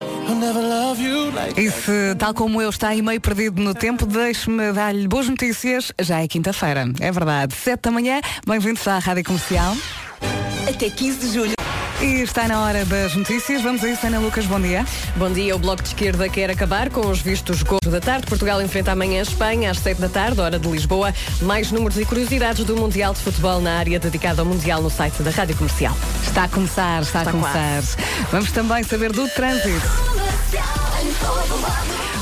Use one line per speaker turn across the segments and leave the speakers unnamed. E se, tal como eu, está aí meio perdido no tempo, deixe-me dar-lhe boas notícias. Já é quinta-feira, é verdade. Sete da manhã, bem-vindos à Rádio Comercial.
Até 15 de julho.
E está na hora das notícias. Vamos a isso, Ana Lucas, bom dia.
Bom dia. O Bloco de Esquerda quer acabar com os vistos gordos da tarde. Portugal enfrenta amanhã a Espanha às 7 da tarde, hora de Lisboa. Mais números e curiosidades do Mundial de Futebol na área dedicada ao Mundial no site da Rádio Comercial.
Está a começar, está, a
Está
começar. Vamos também saber do trânsito.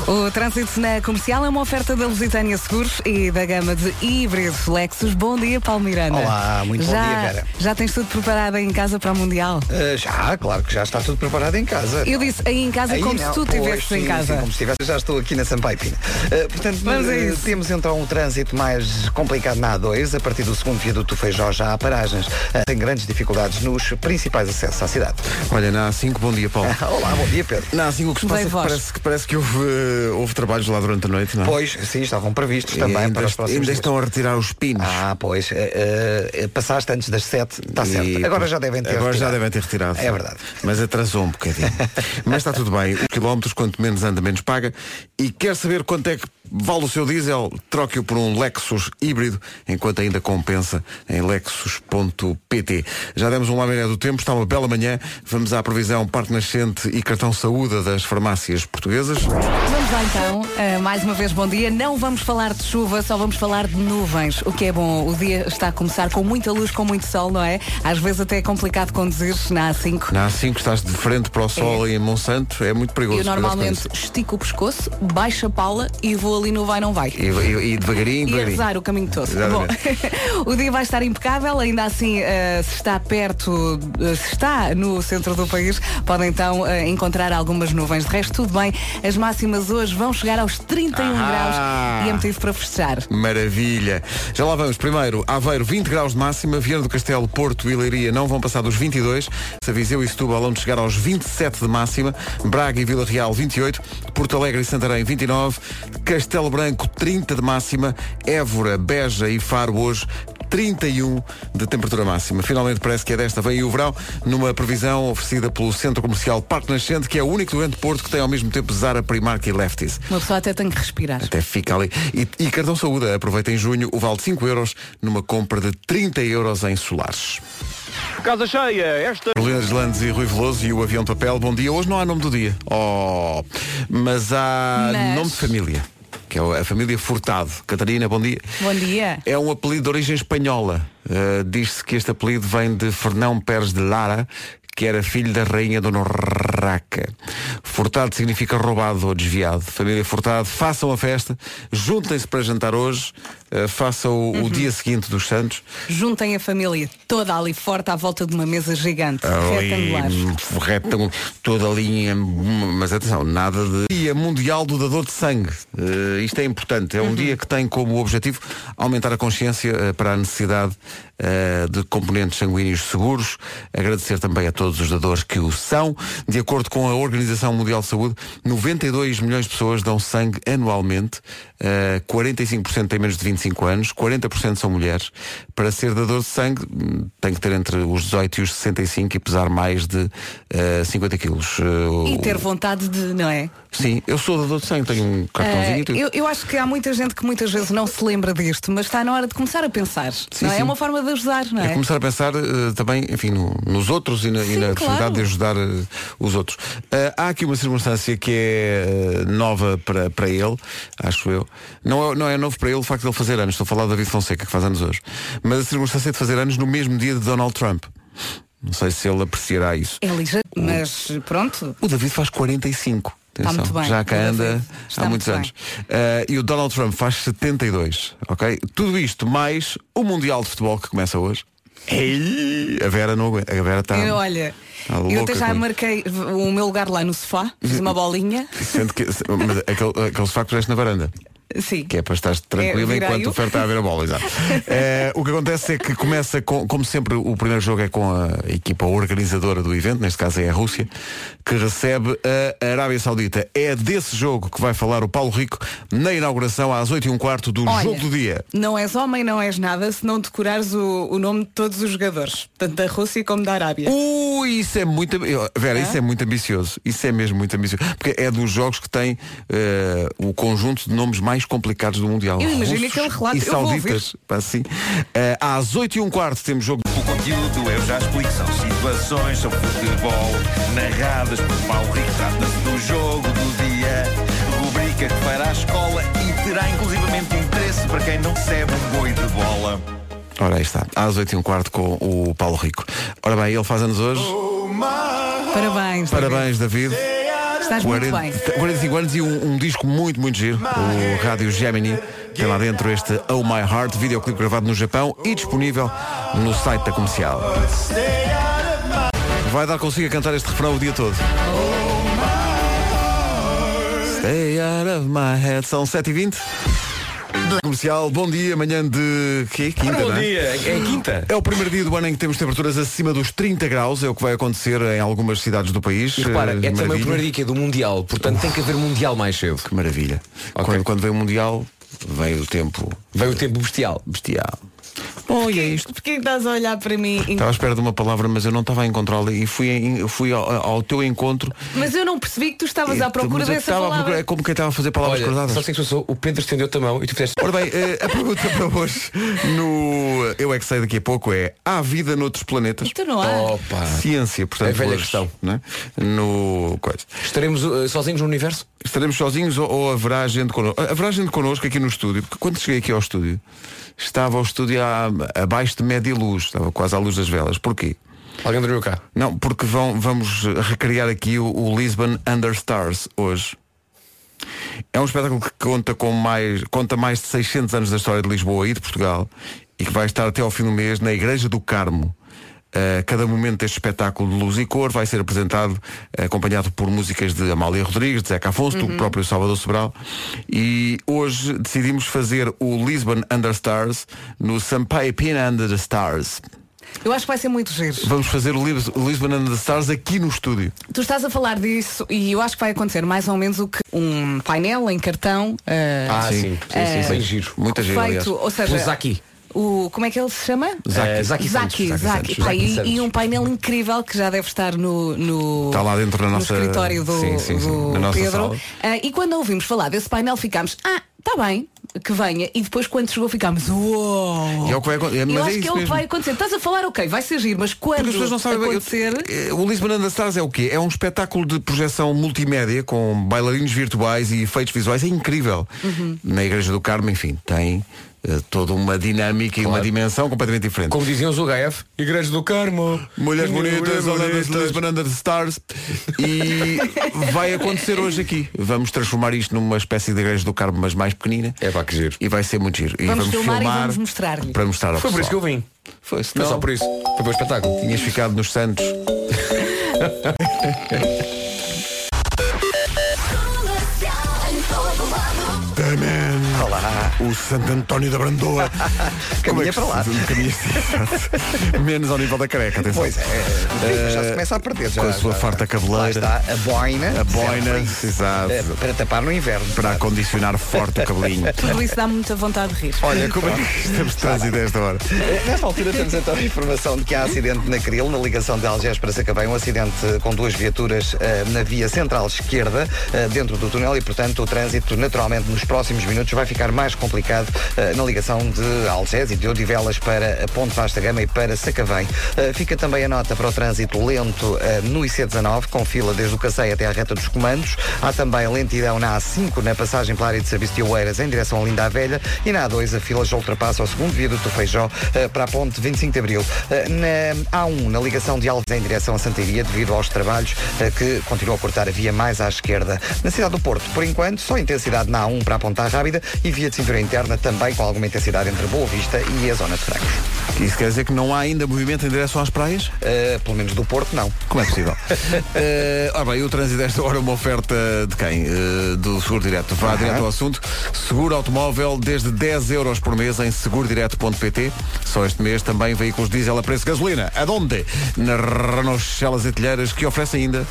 O trânsito na comercial é uma oferta da Lusitânia Seguros e da gama de híbridos Lexus. Bom dia, Paulo Miranda.
Olá, muito bom
já,
dia, Vera.
Já tens tudo preparado aí em casa para o Mundial?
Ah, já, claro que já está tudo preparado em casa.
Eu disse aí em casa
Aí
como se
não.
tu
Pois,
estivesses em
sim,
casa.
sim, como se estivesse, já estou aqui na Sampaio Pina. Ah, portanto,
Vamos a
ah,
isso.
temos então um trânsito mais complicado na A2, a partir do segundo viaduto Feijó já há paragens. Ah, tem grandes dificuldades nos principais acessos à cidade.
Olha, na A5, bom dia, Paulo.
Ah, Olá, bom dia, Pedro.
Na A5 o que se
Bem
passa é que
voz.
parece que, parece que houve, eh, houve trabalhos lá durante a noite, não é?
Pois, sim, estavam previstos
E
também
ainda,
para os
est-
próximos
ainda
dias.
estão a retirar os pinos.
Ah, pois. eh, eh, passaste antes das 7, está
E-
Tá certo. Agora já devem ter.
Agora já
retirado.
devem ter retirado.
É verdade.
Mas atrasou um bocadinho. Mas está tudo bem. Os quilómetros, quanto menos anda, menos paga. E quer saber quanto é que vale o seu diesel? Troque-o por um Lexus híbrido, enquanto ainda compensa em lexus.pt. Já demos um lamiré do tempo, está uma bela manhã. Vamos à previsão parte nascente e cartão saúde das farmácias portuguesas.
Vamos lá então, eh, mais uma vez bom dia. Não vamos falar de chuva, só vamos falar de nuvens, o que é bom. O dia está a começar com muita luz, com muito sol, não é? Às vezes até é complicado conduzir na A5.
Na A5 estás de frente para o sol e em Monsanto, é muito perigoso.
É. Eu
cuidado com
normalmente
isso.
estico o pescoço, baixo a pala e vou ali no vai não vai.
E, um e-
E
e devagarinho, devagarinho.
rezar o caminho todo. Bom,
Exatamente.
o dia vai estar impecável, ainda assim, eh, se está perto, eh, se está no centro do país, pode então eh, encontrar algumas nuvens. De resto, tudo bem. As máximas hoje vão chegar aos 31
Ah!
graus e é motivo para festejar.
Maravilha. Já lá vamos. Primeiro, Aveiro, 20 graus de máxima. Viana do Castelo, Porto e Leiria não vão passar dos 22. Saviseu e Setúbal onde chegar aos 27 de máxima. Braga e Vila Real, 28. Porto Alegre e Santarém, 29. Castelo Branco, 30 de máxima. Évora, Beja e Faro hoje, 31 de temperatura máxima. Finalmente parece que é desta, vem aí o verão, numa previsão oferecida pelo Centro Comercial Parque Nascente, que é o único doente Porto que tem ao mesmo tempo Zara, Primark e Lefties.
Uma pessoa até tem que respirar.
Até fica ali. E, e cartão saúde, aproveita em junho o vale de 5 euros numa compra de 30 euros em solares.
Casa cheia, esta.
Carolina Deslandes e Rui Veloso e o avião de papel. Bom dia. Hoje não há nome do dia. Oh, mas há
Mas-
nome de família. Que é a família Furtado. Catarina, bom dia.
Bom dia.
É um apelido de origem espanhola. Uh, Diz-se que este apelido vem de Fernão Pérez de Lara, que era filho da rainha Dona Raca. Furtado significa roubado ou desviado. Família Furtado, façam a festa, juntem-se para jantar hoje, uh, façam o,
Uhum.
o dia seguinte dos Santos.
Juntem a família toda ali forte à volta de uma mesa gigante, retangular.
retângulo, hum, toda a linha, hum, mas atenção, nada de. Dia Mundial do Dador de Sangue. Eh, isto é importante. É um dia que tem como objetivo aumentar a consciência eh, para a necessidade eh, de componentes sanguíneos seguros. Agradecer também a todos os dadores que o são. De acordo com a Organização Mundial de Saúde, 92 milhões de pessoas dão sangue anualmente. Eh, 45% têm menos de 25 anos, 40% são mulheres. Para ser dador de sangue, hum, tem que ter entre os 18 e os 65 e pesar mais de eh, 50 quilos. Eh,
E
o-
ter vontade de, não é?
Sim, eu sou dador de sangue, tenho um cartãozinho.
Eh,
tenho-
eu, eu acho que há muita gente que muitas vezes não se lembra disto, mas está na hora de começar a pensar. não é?
sim.
é uma forma de ajudar, não
É
é?
começar a pensar eh, também, enfim, no- nos outros e na, e
Sim,
na
claro.
possibilidade de ajudar eh, os outros. Ah, há aqui uma circunstância que é eh, nova para, para ele, acho eu. Não é, não é novo para ele o facto de ele fazer anos. Estou a falar de David Fonseca, que faz anos hoje. Mas a circunstância é de fazer anos no mesmo dia de Donald Trump. Não sei se ele apreciará isso.
É ligeiro, mas pronto.
O David faz 45. Atenção,
Tá muito bem.
Já cá
O David
anda
está
há
muito
muitos
bem.
anos. Eh, e o Donald Trump faz 72, ok? Tudo isto mais o Mundial de Futebol que começa hoje. Ei, a Vera não aguenta. A Vera tá está.
Eu, olha,
Tá
eu
louca
até já
com-
marquei o meu lugar lá no sofá, fiz uma bolinha.
Sente que, mas aquele, aquele sofá que puseste na varanda.
Sim.
Que é para estar tranquilo
É, virei-o.
enquanto o Fer está a ver a bola, exato. Eh, o que acontece é que começa com, como sempre, o primeiro jogo é com a equipa organizadora do evento, neste caso é a Rússia, que recebe a Arábia Saudita. É desse jogo que vai falar o Paulo Rico na inauguração às 8 e um quarto do
Olha,
jogo do dia.
Não és homem, não és nada se não decorares o, o nome de todos os jogadores, tanto da Rússia como da Arábia.
Ui, isso é muito. ambi- eu- Vera, isso é muito ambicioso. Isso é mesmo muito ambicioso. Porque é dos jogos que tem eh, o conjunto de nomes mais complicados do Mundial.
Eu imagino
Russos
aquele relato,
E
eu vou ouvir.
sauditas. Pá, sim. Eh, às 8 e um quarto temos jogo.
O conteúdo eu já explico. São situações sobre futebol, narradas por Paulo Rico. Trata-se do jogo do dia. Rubrica que fará à escola e terá inclusivamente interesse para quem não recebe um boi de bola.
Ora, aí está. Às 8 e um quarto com o Paulo Rico. Ora bem, ele faz anos hoje.
Parabéns.
Uh! Parabéns, David.
Estás muito bem.
45 anos e um, um disco muito, muito giro. O Rádio Gemini tem lá dentro este Oh My Heart, videoclipe gravado no Japão e disponível no site da comercial. Vai dar consigo a cantar este refrão o dia todo. Stay out of my head. São 7h20. Comercial, bom dia, amanhã de quê? Quinta,
Bom
não é?
dia, é quinta.
É o primeiro dia do ano em que temos temperaturas acima dos 30 graus, é o que vai acontecer em algumas cidades do país.
E repara, é
Eh,
também o
maravilha.
primeiro dia que é do Mundial, portanto tem que haver Mundial mais cedo.
Que maravilha.
Ok.
Quando, quando vem o Mundial, vem o tempo
Veio o tempo bestial.
bestial. Bom, e é isto. Tá.
Porquê que estás a olhar para mim?
Estava à espera de uma palavra, mas eu não estava a encontrá-la e fui, em- eu fui ao, ao teu encontro.
Mas eu não percebi que tu estavas à procura
Mas eu
dessa
estava à
palavra.
procura- é como quem estava a fazer palavras
Olha,
cruzadas.
só sei que se passou, o Pedro estendeu-te a mão e tu fizeste.
Ora bem, eh, a pergunta para hoje no Eu É Que Sei daqui a pouco é Há vida noutros planetas?
Tu Então não há.
Opa!
Ciência, portanto,
É velha
hoje,
questão.
não é? No... Coisa.
Estaremos uh, sozinhos no universo?
Estaremos sozinhos ou, ou haverá gente connosco? Haverá gente connosco aqui no estúdio, porque quando cheguei aqui ao estúdio, estava o estúdio a- abaixo de média luz, estava quase à luz das velas. Porquê?
Alguém dormiu cá?
Não, porque vão, vamos recriar aqui o, o Lisbon Under Stars hoje. É um espetáculo que conta, com mais, conta mais de 600 anos da história de Lisboa e de Portugal e que vai estar até ao fim do mês na Igreja do Carmo. Uh, cada momento deste espetáculo de luz e cor vai ser apresentado, uh, acompanhado por músicas de Amália Rodrigues, de Zeca Afonso, do próprio Salvador Sobral. E hoje decidimos fazer o Lisbon Under Stars no Sampaio Pina Under the Stars.
Eu acho que vai ser muito giro.
Vamos fazer o Lis- Lisbon and the Stars aqui no estúdio.
Tu estás a falar disso e eu acho que vai acontecer mais ou menos o que um painel em cartão eh,
Ah, sim,
sim.
sim, sim, sim. Bem giro.
Muita gente, aliás.
feito, ou seja,
Pelo
é.
Zaki.
o como é que ele se chama?
Zaki.
Eh, Zaki
Zaki,
Santos.
Zaki. Pá,
Zaki
e-
Santos.
e, um painel incrível que já deve estar no, no
Está Tá lá dentro na
no
nossa-
escritório do,
Sim, sim, sim,
do
na nossa
Pedro.
sala.
Ah, e quando ouvimos falar desse painel ficámos, ah, está bem, que venha. E depois quando chegou ficámos, uou!
E é o que vai acontecer.
eu
Mas
acho
é
que é
isso
o que
mesmo.
vai acontecer. Estás a falar, ok, vai ser giro, mas quando
Porque as pessoas não sabem bem- eu-
acontecer...
eh, O Lisbon and the Stars é o quê? É um espetáculo de projeção multimédia com bailarinos virtuais e efeitos visuais. É incrível.
Uhum.
Na Igreja do Carmo, enfim, tem eh, toda uma dinâmica e uma dimensão completamente diferente.
Como diziam os UHF, Igreja do Carmo.
Mulheres bonitas,
Mulheres
Holandas, Lisbon Under the Stars. E vai acontecer hoje aqui. Vamos transformar isto numa espécie de igreja do Carmo, mas mais pequenina.
É pá, que giro.
E vai ser muito giro. E
Vamos
vamos
filmar
filmar,
e vamos mostrar-lhe.
Para mostrar ao
Foi por isso que eu
pessoal.
vim. Foi
Foi, senão
só por isso. Foi para o espetáculo.
Tinhas ficado nos Santos. O Santo António da Brandoa.
é
Caminha para lá.
um assim?
lá. Menos ao nível da careca, atenção.
Pois é, já se começa a perder. Já,
Eh, com a sua
já,
farta
já.
cabeleira.
Lá está a boina.
A boina,
sempre,
exato.
eh, Para tapar no inverno.
Para acondicionar forte o cabelinho.
Tudo isso dá muita vontade de rir.
Olha, como é que estamos traz ideias da hora?
Nesta altura temos então a informação de que há acidente na Cril, na ligação de Algés para Sacabém, um acidente eh, com duas viaturas eh, na via central esquerda, eh, dentro do túnel, e portanto o trânsito naturalmente nos próximos minutos vai ficar mais complicado eh, na ligação de Algés e de Odivelas para a Ponte Vasta Gama e para Sacavém. Eh, Fica também a nota para o trânsito lento eh, no IC19, com fila desde o Cacém até à reta dos comandos. Há também lentidão na A5, na passagem pela área de serviço de Oeiras, em direção a Linda a Velha, e na A2 a fila já ultrapassa o segundo viaduto do Feijó eh, para a ponte 25 de Abril. Eh, Na A1, na ligação de Alves em direção a Santiria, devido aos trabalhos eh, que continuam a cortar a via mais à esquerda. Na cidade do Porto, por enquanto, só intensidade na A1 para a Ponta Rábida e via de cintura interna também com alguma intensidade entre Boa Vista e a zona de Fracos.
Isso quer dizer que não há ainda movimento em direção às praias?
Eh, pelo menos do Porto, não.
Como é possível? Eh, ora bem, o trânsito desta hora é uma oferta de quem? Eh, do Seguro Direto. Vá direto ao assunto. Seguro automóvel desde 10 euros por mês em segurodireto.pt. Só este mês também veículos diesel a preço de gasolina. Aonde? Na Renault Celas e Telheiras, que oferece ainda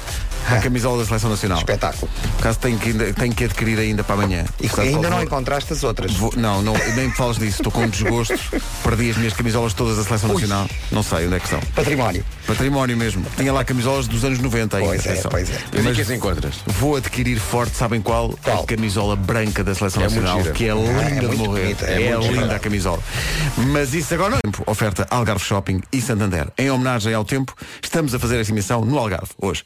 Ah.
a camisola da Seleção Nacional.
Espetáculo.
Caso tenho que, ainda- tenho que adquirir ainda para amanhã.
E que
Portanto,
ainda não
vou-
encontraste as outras.
vou- não, não, nem me fales disso. Estou com um desgosto. Perdi as minhas camisolas todas da Seleção Nacional. Não sei onde é que estão.
Património.
Património mesmo. Tinha lá camisolas dos anos 90 ainda.
Pois é,
atenção.
pois é.
Mas... que as encontras?
Vou adquirir forte, sabem qual?
Qual?
A camisola branca da Seleção
É muito
Nacional,
gira.
que é linda
é
de
muito
morrer.
bonita, é
é
muito
linda
gira.
a camisola. Mas isso agora não. é Oferta Algarve Shopping e Santander. Em homenagem ao tempo, estamos a fazer esta emissão no Algarve, hoje.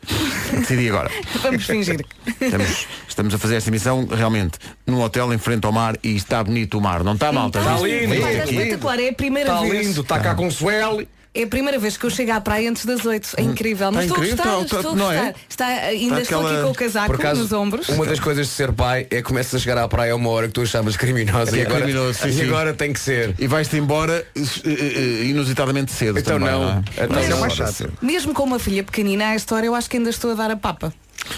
Decidi agora.
Vamos fingir.
Estamos, estamos a fazer esta emissão realmente num hotel em frente ao mar e está bonito o mar. Não está malta?
Está
Não?
lindo.
Está
Está lindo.
espetacular, é a primeira
Tá
Está
vez.
Tá lindo.
Ah.
Está cá com sueli.
É a primeira vez que eu chego à praia antes das oito. É incrível. Mas estou a
Hum. Tá incrível,
gostar,
está-
estou a
não é?
gostar. Está, ainda
Está
estou aqui
aquela-
com o casaco nos ombros.
uma das coisas de ser pai é que começas a chegar à praia a uma hora que tu achavas criminosa
É
e, agora,
criminoso, sim,
e
sim.
agora tem que ser.
E vais-te embora eh, eh, inusitadamente cedo.
Então
também,
não.
é?
Então
Isso é
não.
mais chato.
Mesmo com uma filha pequenina, a história eu acho que ainda estou a dar a papa.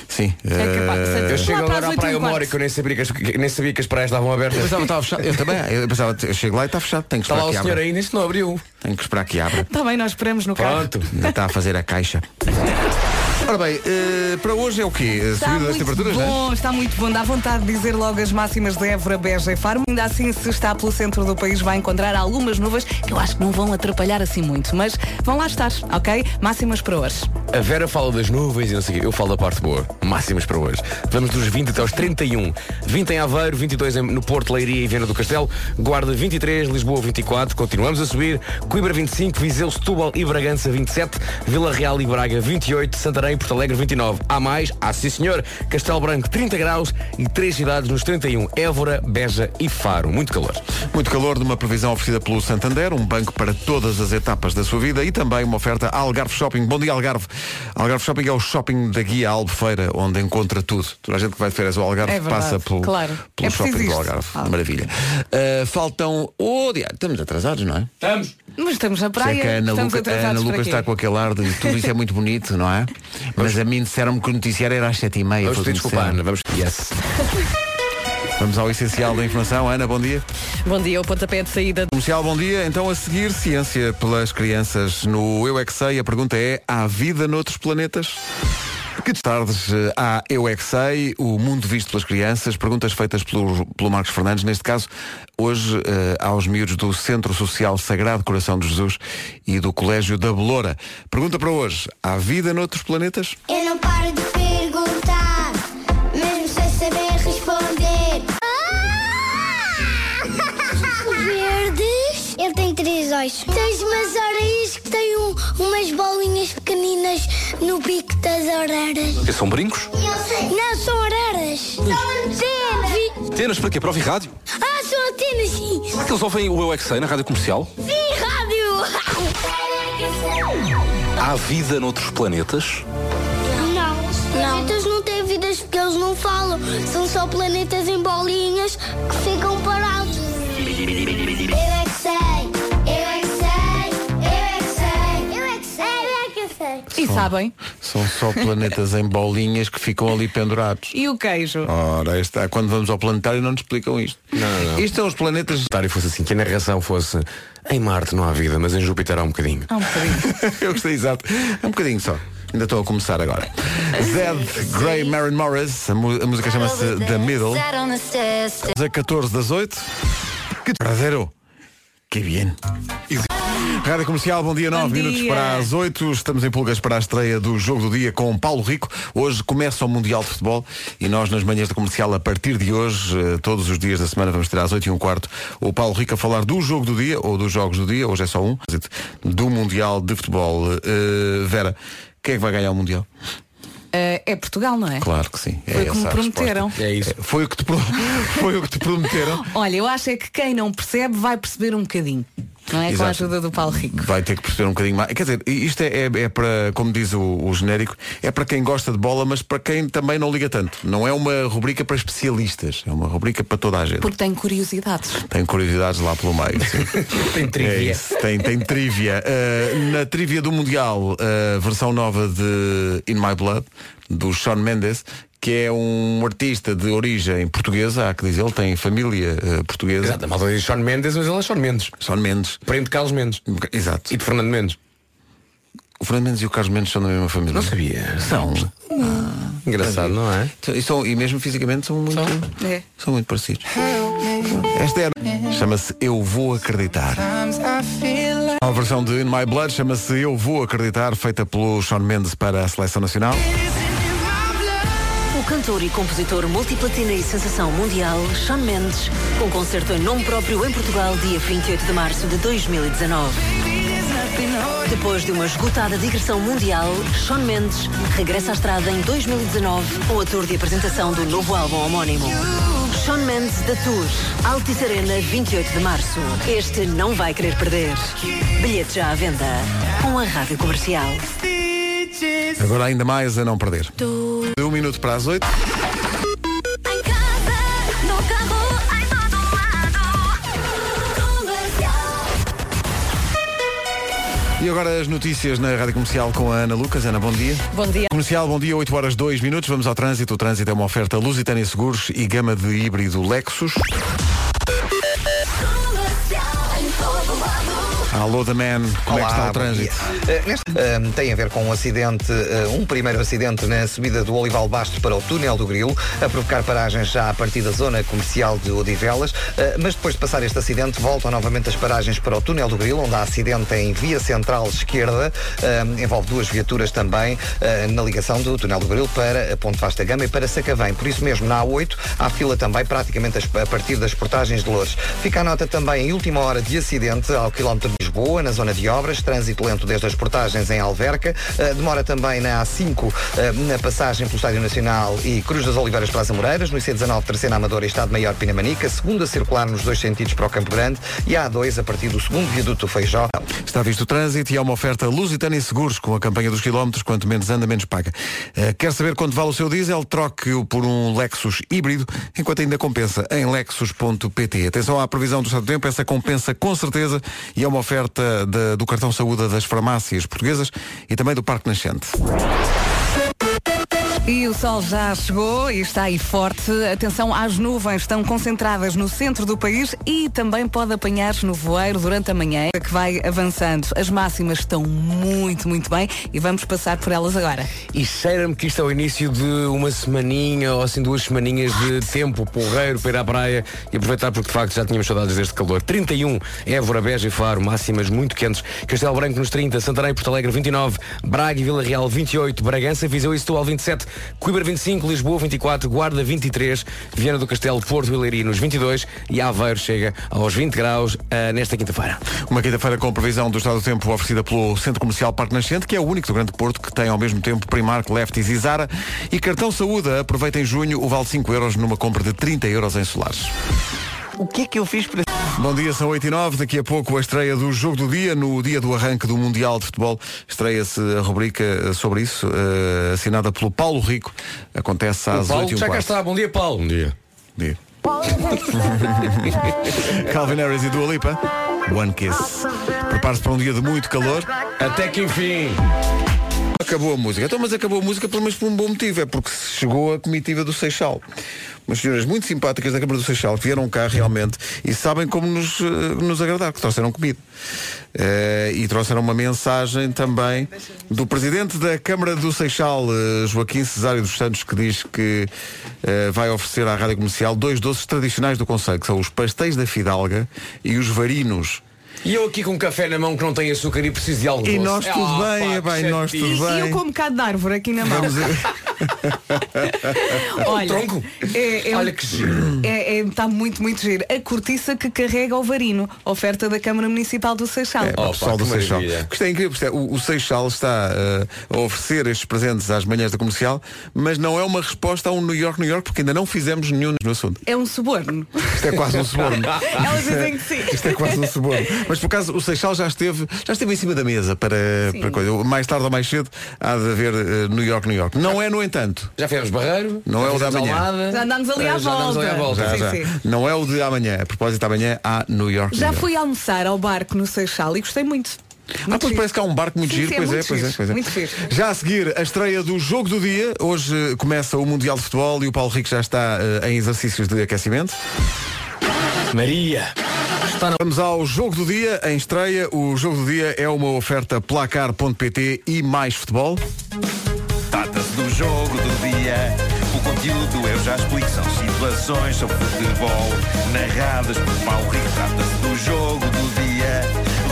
Sim.
É capaz de ser.
eh,
Eu
Lá
chego
para as
agora à
oito e
praia
um
a uma hora
quarto.
que eu nem sabia que as, que- nem sabia que as praias estavam
Eu
abertas.
pensava que estava fechado. Eu também. Eu pensava, eu chego lá e está fechado. Tenho que
Está
esperar
lá o
que abra.
senhor ainda, isto não abriu.
Tenho que esperar que abra.
Também Tá nós esperamos no carro.
Pronto.
Ainda está a fazer a caixa. Ora bem, eh, para hoje é o quê? A
Está
subida das
muito
temperaturas, não é?
bom, está muito bom. Dá vontade de dizer logo as máximas de Évora, Beja e Faro. Ainda assim, se está pelo centro do país, vai encontrar algumas nuvens que eu acho que não vão atrapalhar assim muito. Mas vão lá estar, ok? Máximas para hoje.
A Vera fala das nuvens e não sei o quê. Eu falo da parte boa. Máximas para hoje. Vamos dos 20 até aos 31. 20 em Aveiro, 22 em- no Porto, Leiria e Viana do Castelo. Guarda 23, Lisboa 24. Continuamos a subir. Coimbra 25, Viseu, Setúbal e Bragança 27. Vila Real e Braga 28. Santarém e Porto Alegre 29. Há mais? Há sim senhor. Castelo Branco 30 graus e três cidades nos 31. Évora, Beja e Faro. Muito calor.
Muito calor numa previsão oferecida pelo Santander, um banco para todas as etapas da sua vida e também uma oferta a Algarve Shopping. Bom dia, Algarve. Algarve Shopping é o shopping da Guia Albufeira, onde encontra tudo. Toda a gente que vai de férias ao Algarve
É verdade,
passa pelo,
claro.
pelo
É preciso
shopping do
isto.
Algarve.
Ah.
Maravilha. Eh, faltam. Oh, diabo, estamos atrasados, não é?
Mas estamos na
Sei
praia,
que a Ana,
estamos
Luca- a Ana
atrasados para
Lucas
aqui.
está com aquele ar de tudo isso é muito bonito, não é? Mas a mim disseram-me que o noticiário era às 7h30.
Vamos
foi
pedir
o que me
desculpa,
disseram.
Ana. Vamos. Yes.
Vamos ao essencial da informação. Ana, bom dia.
Bom dia, o pontapé de saída
Comercial, bom dia. Então, a seguir, ciência pelas crianças no Eu É Que Sei. A pergunta é, há vida noutros planetas? Que tardes eh, há Eu É Que Sei, o mundo visto pelas crianças, perguntas feitas pelo, pelo Marcos Fernandes, neste caso, hoje eh, aos miúdos do Centro Social Sagrado Coração de Jesus e do Colégio da Beloura. Pergunta para hoje, há vida noutros planetas?
Eu não paro de perguntar, mesmo sem saber responder. Verdes? Ele tem três olhos. Tens umas orelhas que têm um- umas bolinhas pequeninas no bico das orelhas.
São brincos?
Não, são orelhas. São antenas.
Antenas para quê? Para ouvir rádio?
Ah, são antenas, sim.
Será que eles ouvem o Eu é Que Sei na rádio comercial?
Sim, rádio.
Há vida noutros planetas?
Não. Planetas não têm vidas porque eles não falam. São só planetas em bolinhas que ficam parados. Eu é que sei. Eu é que sei. Eu é que sei. Eu é que sei. Eu é que sei.
E sabem?
São só planetas em bolinhas que ficam ali pendurados.
E o queijo?
Ora, aí está. Quando vamos ao planetário não nos explicam isto.
não, não.
Isto são os planetas.
Tário fosse assim, que a narração fosse em Marte não há vida, mas em Júpiter há um bocadinho.
Há um bocadinho.
Eu gostei, exato. É um bocadinho só. Ainda estou a começar agora. Zed Grey Maren Morris, a, mu- a música chama-se The Middle. A 14 das 8. Que prazer! Que bien. Rádio Comercial, bom dia, 9
Bom
minutos
dia.
para as 8. Estamos em pulgas para a estreia do Jogo do Dia com Paulo Rico. Hoje começa o Mundial de Futebol e nós, nas manhãs da comercial, a partir de hoje, eh, todos os dias da semana, vamos ter às 8 e um quarto o Paulo Rico a falar do Jogo do Dia, ou dos Jogos do Dia, hoje é só um, do Mundial de Futebol. Eh, Vera, quem é que vai ganhar o Mundial?
Eh, é Portugal, não é?
Claro que sim. É
Foi como
essa a
prometeram.
resposta.
É isso.
Eh, Foi o que te, pro- foi o que te prometeram.
Olha, eu acho é que quem não percebe vai perceber um bocadinho. Não é? Com a
Exato.
ajuda do Paulo Rico.
Vai ter que perceber um bocadinho mais. Quer dizer, isto é, é- é para, como diz o, o genérico, é para quem gosta de bola, mas para quem também não liga tanto. Não é uma rubrica para especialistas, é uma rubrica para toda a gente.
Porque tenho curiosidades.
Tem curiosidades lá pelo meio. sim.
Tem
É
trivia.
isso, tem, tem trivia. Uh, na trivia do Mundial, a versão nova de In My Blood, do Sean Mendes, que é um artista de origem portuguesa, há que dizer, ele tem família uh, portuguesa.
Exato, a malta diz Sean Mendes, mas ele é Sean Mendes.
Sean Mendes. um
Primo de Carlos Mendes.
Exato.
E de Fernando Mendes.
O Fernando Mendes e o Carlos Mendes são da mesma família.
Não sabia.
São.
Engraçado, não é?
Então, E, são, e mesmo fisicamente são muito, são.
É.
muito parecidos. Esta é. a- Chama-se Eu Vou Acreditar. A versão de In My Blood chama-se Eu Vou Acreditar, feita pelo Sean Mendes para a Seleção Nacional.
O cantor e compositor multiplatina e sensação mundial, Sean Mendes, com um concerto em nome próprio em Portugal, dia 28 de março de 2019. Depois de uma esgotada digressão mundial, Sean Mendes regressa à estrada em 2019 com a tour de apresentação do novo álbum homónimo. Sean Mendes da Tour, Altice Arena, 28 de março. Este não vai querer perder. Bilhetes já à venda com a Rádio Comercial.
Agora ainda mais a não perder. De um minuto para as oito.
Em casa, no carro, em todo lado. Comercial.
E agora as notícias na Rádio Comercial com a Ana Lucas. Ana, bom dia.
Bom dia.
Comercial, bom dia, 8 horas 2 minutos. Vamos ao trânsito. O trânsito é uma oferta Lusitânia Seguros e gama de híbrido Lexus.
Comercial, em todo lado.
Alô, The Man, como é que está
Olá,
o
bom
trânsito?
dia. Eh, neste, ehm, tem a ver com um acidente, eh, um primeiro acidente na subida do Olival Bastos para o túnel do Grilo, a provocar paragens já a partir da zona comercial de Odivelas, eh, mas depois de passar este acidente voltam novamente as paragens para o túnel do Grilo, onde há acidente em via central esquerda, ehm, envolve duas viaturas também eh, na ligação do túnel do Grilo para a Ponte Vasta Gama e para Sacavém. Por isso mesmo, na A8 há fila também praticamente as- a partir das portagens de Lourdes. Fica a nota também em última hora de acidente ao quilómetro de Lisboa, na zona de obras, trânsito lento desde as portagens em Alverca, Eh, demora também na A5, eh, na passagem pelo Estádio Nacional e Cruz das Oliveiras para as Amoreiras, no IC19, Terceira Amadora e Estado Maior Pinamanica, segunda circular nos dois sentidos para o Campo Grande e a A2 a partir do segundo viaduto do Feijó.
Está visto o trânsito e há uma oferta Lusitânia Seguros com a campanha dos quilómetros, quanto menos anda, menos paga. Eh, quer saber quanto vale o seu diesel? Troque-o por um Lexus híbrido, enquanto ainda compensa, em lexus.pt. Atenção à previsão do estado do tempo, essa compensa com certeza e é uma oferta da- do cartão saúde das farmácias portuguesas e também do Parque Nascente.
E o sol já chegou e está aí forte. Atenção às nuvens, estão concentradas no centro do país e também pode apanhar nevoeiro durante a manhã, que vai avançando. As máximas estão muito, muito bem e vamos passar por elas agora.
E cheira-me que isto é o início de uma semaninha ou assim duas semaninhas de tempo porreiro para ir à praia e aproveitar porque de facto já tínhamos saudades deste calor. 31, Évora, Beja e Faro, máximas muito quentes. Castelo Branco nos 30, Santarém, Porto Alegre 29, Braga e Vila Real 28, Bragança, Viseu e Setúbal 27, Coimbra 25, Lisboa 24, Guarda 23, Viana do Castelo, Porto e Leiria nos 22 e Aveiro chega aos 20 graus ah, nesta quinta-feira.
Uma quinta-feira com previsão do estado do tempo oferecida pelo Centro Comercial Parque Nascente, que é o único do Grande Porto que tem ao mesmo tempo Primark, Lefties e Zara. E cartão saúde, aproveita em junho o vale 5 euros numa compra de 30 euros em solares.
O que é que eu fiz para
Bom dia, são 8 e 9. Daqui a pouco a estreia do Jogo do Dia, no dia do arranque do Mundial de Futebol. Estreia-se a rubrica eh, sobre isso, eh, assinada pelo Paulo Rico. Acontece às 8
Paulo,
e um
já cá está. Bom dia, Paulo. Bom dia.
Dia. Calvin Harris e Dua Lipa. One Kiss. Prepare-se para um dia de muito calor.
Até que enfim.
Acabou a música. Então, mas acabou a música pelo menos por um bom motivo. É porque chegou a comitiva do Seixal. Umas senhoras muito simpáticas da Câmara do Seixal que vieram cá realmente e sabem como nos, eh, nos agradar, que trouxeram comida. Eh, e trouxeram uma mensagem também do presidente da Câmara do Seixal, eh, Joaquim Cesário dos Santos, que diz que eh, vai oferecer à Rádio Comercial dois doces tradicionais do Conselho, que são os pastéis da Fidalga e os varinos.
E eu aqui com um café na mão que não tem açúcar e preciso de algo
E
doce.
nós tudo
Ah,
bem,
pá,
é bem,
que
nós tudo
chatice.
bem.
E eu com um bocado de árvore aqui na mão.
Vamos a-
Olha,
tronco.
É, é um-
Olha que giro.
É, está muito, muito giro. A cortiça que carrega o varino, oferta da Câmara Municipal do Seixal.
É, para o
Opa,
pessoal do
que
Seixal.
maravilha.
Porque Isto é incrível, porque isto é- o, o Seixal está eh, a oferecer estes presentes às manhãs da comercial, mas não é uma resposta a um New York, New York, porque ainda não fizemos nenhum no assunto.
É um suborno.
Isto é quase um suborno.
Elas dizem que sim.
Isto é quase um suborno. Mas por acaso o Seixal já esteve, já esteve em cima da mesa para, para coisa. Mais tarde ou mais cedo há de haver eh, New York, New York. Não é, no entanto.
Já fizemos barreiro.
Não
já
é o da
fizemos
manhã.
Almada,
Já andámos ali
eh,
à
já andámos ali à
volta.
volta.
Já,
Sim,
já.
sim.
Não é o de amanhã. A propósito, amanhã há New York.
Já
New York.
fui almoçar ao barco no Seixal e gostei muito.
Ah,
Muito
pois
giro.
parece que há um barco muito
Sim,
giro,
sim, é
pois, é,
muito
pois é,
giro,
pois é.
muito giro.
Já a seguir, a estreia do jogo do dia. Hoje eh, começa o Mundial de Futebol e o Paulo Rico já está eh, em exercícios de aquecimento.
Maria.
Vamos ao jogo do dia, em estreia. O jogo do dia é uma oferta placar.pt e mais futebol.
Trata-se do jogo do dia. O conteúdo eu já explico. São situações sobre futebol narradas por Paulo Rico. Trata-se do jogo do dia.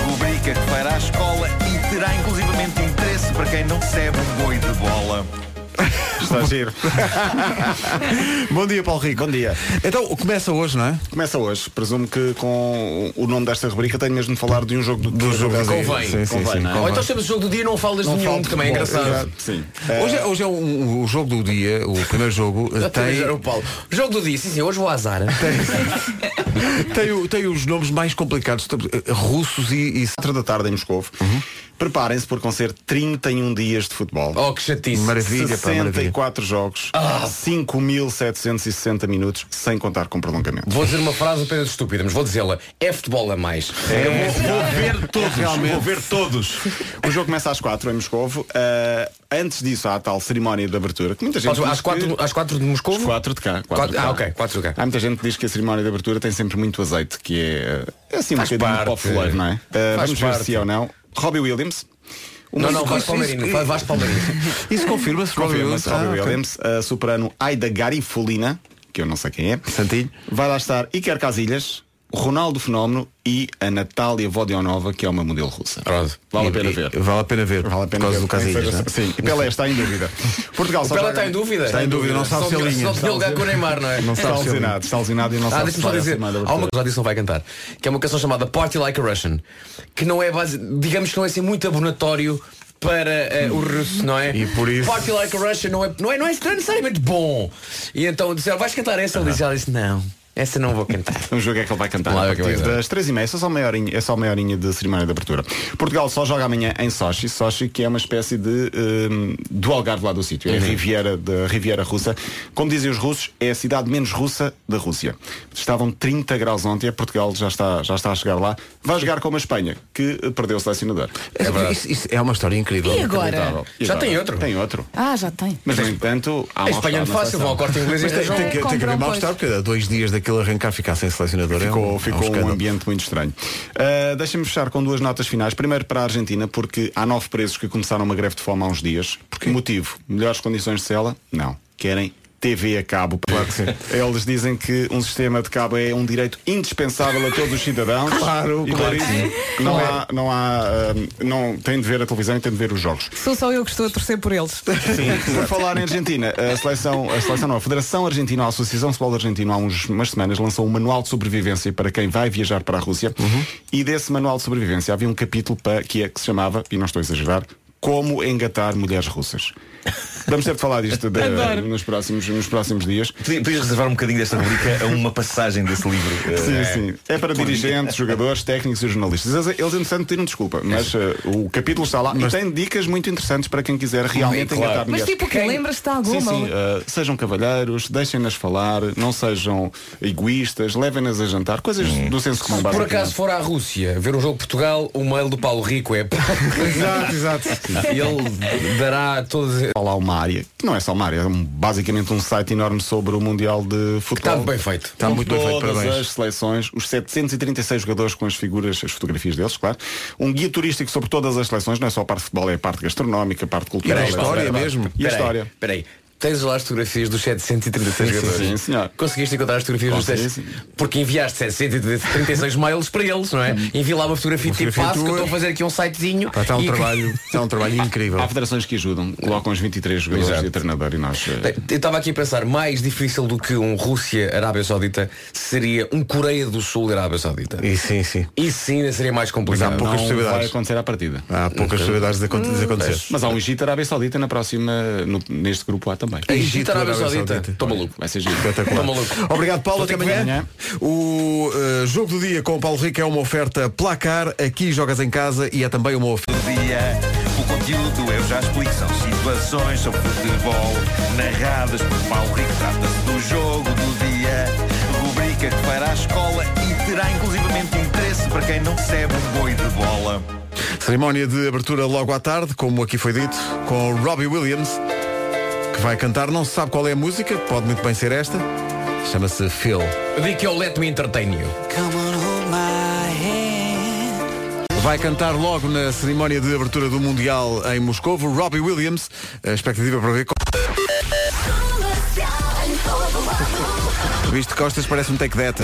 Rubrica que fará a escola e terá inclusivamente interesse para quem não recebe um boi de bola.
Está giro.
Bom dia, Paulo Rico.
Bom dia.
Então, começa hoje, não é?
Começa hoje. Presumo que com o nome desta rubrica tenho mesmo de falar de um jogo do,
Do jogo do dia.
Convém.
Sim, sim, sim,
Convém, não é?
convém.
Ou então temos o jogo do dia e não falas de
Não
nenhum,
falo de
que também é
futebol,
engraçado.
exato, Sim.
Hoje é, hoje é um- o jogo do dia, o primeiro jogo, eh,
Exatamente, era o
tem,
Paulo. Jogo do dia, sim, sim, hoje vou azar.
tem, o- tem os nomes mais complicados, eh, russos e, e
Quatro da tarde em Moscovo. Preparem-se porque vão ser 31 dias de futebol.
Oh, que chatice.
maravilha, pá, maravilha.
64 jogos, 5.760 minutos, sem contar com prolongamento.
Vou dizer uma frase apenas estúpida, mas vou dizê-la. É futebol a mais.
Eu vou, vou ver todos, vou ver todos. O jogo começa às 4 em Moscovo. Ah, antes disso há a tal cerimónia de abertura, que muita gente
Paulo,
diz
às
que-
quatro, às quatro de Moscou?
Os quatro de cá.
Quatro-
quatro de
ah,
cá.
ok, quatro de cá.
Há muita gente que diz que a cerimónia de abertura tem sempre muito azeite, que é, uh, é assim um
Faz
bocadinho
parte.
pó fuleiro, não é? Uh,
Faz
vamos ver
parte.
se é ou não. Robbie Williams. O
Não,
músico-
não, Vasco Palmeirinho. Vai Vasco Palmeirinho.
Isso confirma-se,
Confirma-se, Robbie
Ah, ok.
Williams. A soprano Aida Garifulina, que eu não sei quem é.
Santinho.
Vai lá estar Iker Casilhas, Ronaldo Fenómeno e a Natália Vodionova, que é uma modelo russa.
Pronto.
Vale a
E-
pena
e-
ver.
Vale a pena ver.
Vale a pena
por causa
ver.
do Casillas. não é?
Sim, e Pelé está em dúvida. Portugal
O
só
Pelé
joga-
está em dúvida.
Está em dúvida, não sabe
Só
se é
tinha-
linha.
Só tinha lugar com o Neymar, não é?
Não está
sabe se é
alucinado, está alucinado e não
Ah,
sabe se
deixa-me só
vai à
dizer,
cerimónia de
há uma
abertura.
coisa disso não vai cantar, que é uma canção chamada Party Like a Russian, que não é base, digamos que não é assim muito abonatório para eh, o russo, não é?
E por isso-
Party Like a Russian não é, não é, não é necessariamente bom. E então disseram, vais cantar essa? Ele disse, ela disse, não, essa não vou cantar.
Um jogo é que ele vai cantar
Lá
a
é que vai
partir
dar.
das três e meia. Essa é só meia horinha, é só meia horinha de cerimónia de abertura. Portugal só joga amanhã em Sochi. Sochi que é uma espécie de hum, do Algarve lá do sítio.
Uhum.
É a Riviera da Riviera Russa. Como dizem os russos, é a cidade menos russa da Rússia. Estavam 30 graus ontem. é Portugal já está, já está a chegar lá. Vai jogar com a Espanha que eh, perdeu o selecionador.
É, isso, isso é uma história incrível.
E agora?
Lamentável. E
Já
agora?
tem outro?
Tem outro.
Ah, já tem.
Mas no entanto, há
A
uma
Espanha é
escola na
fácil,
seleção.
vão ao corte inglês
Mas
este
tem,
jogo.
tem que, tem que haver
Compram,
mal-estar, porque há dois dias daquele arrancar ficar sem selecionador é um, é
Ficou,
um
ficou um,
escândalo.
ambiente muito estranho. Uh, Deixa-me fechar com duas notas finais. Primeiro para a Argentina, porque há nove presos que começaram uma greve de fome há uns dias. Por motivo? Melhores condições de cela? Não. Querem TV a cabo. Claro que sim. Eles dizem que um sistema de cabo é um direito indispensável a todos os cidadãos. Claro, claro. Não há, não há, uh, não tem de ver a televisão e tem de ver os jogos.
Sou só eu que estou a torcer por eles.
Por falar em Argentina, a seleção, a seleção não, a Federação Argentina, a Associação de Futebol Argentino há uns, umas semanas lançou um manual de sobrevivência para quem vai viajar para a Rússia e desse manual de sobrevivência havia um capítulo para, que, é, que se chamava, e não estou a exagerar, como engatar mulheres russas. Vamos ter de falar disto de- nos, próximos, nos próximos dias.
Podias podias reservar um bocadinho desta rubrica a uma passagem desse livro. eh,
Sim, sim. É para dirigentes, jogadores, técnicos e jornalistas. Eles, eles entretanto, pediram desculpa, mas eh, o capítulo está lá e tem dicas muito interessantes para quem quiser realmente
Claro.
engatar
Mas
é.
mulheres.
tipo, que lembras-te de alguma?
Sim, sim, uh, sejam cavalheiros, deixem-nas falar, não sejam egoístas, levem-nas a jantar, coisas do senso comum.
um
Por
basicamente.
acaso for à Rússia ver um jogo de Portugal, o mail do Paulo Rico é
Exato, exato.
ele dará todas
Há lá uma área, que não é só uma área, é um- basicamente um site enorme sobre o Mundial de Futebol.
Está bem feito.
Está muito bem feito,
Todas
parabéns.
as seleções, os 736 jogadores com as figuras, as fotografias deles, claro. Um guia turístico sobre todas as seleções, não é só a parte de futebol, é a parte gastronómica, a parte cultural.
E a
etc.
história mesmo.
E a história.
Peraí. Tens lá as fotografias dos 736 jogadores.
sim, senhor.
Conseguiste encontrar as fotografias dos
Consegui,
7?
sim.
Porque enviaste 736 mails para eles, não é? Envia lá uma fotografia
Uma
tipo
fotografia
passo que eu
tua.
estou a fazer aqui um sitezinho.
Pá, Está um
e-
trabalho, está um trabalho incrível.
Há federações que ajudam, colocam os 23 jogadores
Exato.
de treinador e nós. eh,
Bem, Eu estava aqui a pensar, mais difícil do que um Rússia-Arábia Saudita seria um Coreia do Sul-Arábia Saudita.
E sim, sim.
Isso sim ainda seria mais complicado.
Mas há poucas
não vai
possibilidades.
acontecer à partida.
Há poucas possibilidades de aconte- de acontecer.
Mas há um Egito Arábia Saudita na próxima, no- neste grupo A também.
Em
Egito,
Egito, Arábia
Arábia
Saudita.
Saudita.
Estou maluco. Vai ser giro.
Espetacular.
Estou maluco.
Obrigado, Paulo.
Vou ter
Até
que ver
amanhã. O eh, jogo do dia com o Paulo Rico é uma oferta placar. Aqui jogas em casa e é também uma oferta.
do dia. O conteúdo eu já explico. São situações sobre futebol, narradas por Paulo Rico. Trata-se do jogo do dia. Rubrica que fará a escola e terá inclusivamente interesse para quem não recebe um boi de bola.
Cerimónia de abertura logo à tarde, como aqui foi dito, com o Robbie Williams, que vai cantar. Não se sabe qual é a música, pode muito bem ser esta. Chama-se Phil.
Eu digo que é o Let Me Entertain You.
Vai cantar logo na cerimónia de abertura do Mundial em Moscou, o Robbie Williams. A expectativa para ver. como- Visto de costas parece um take that.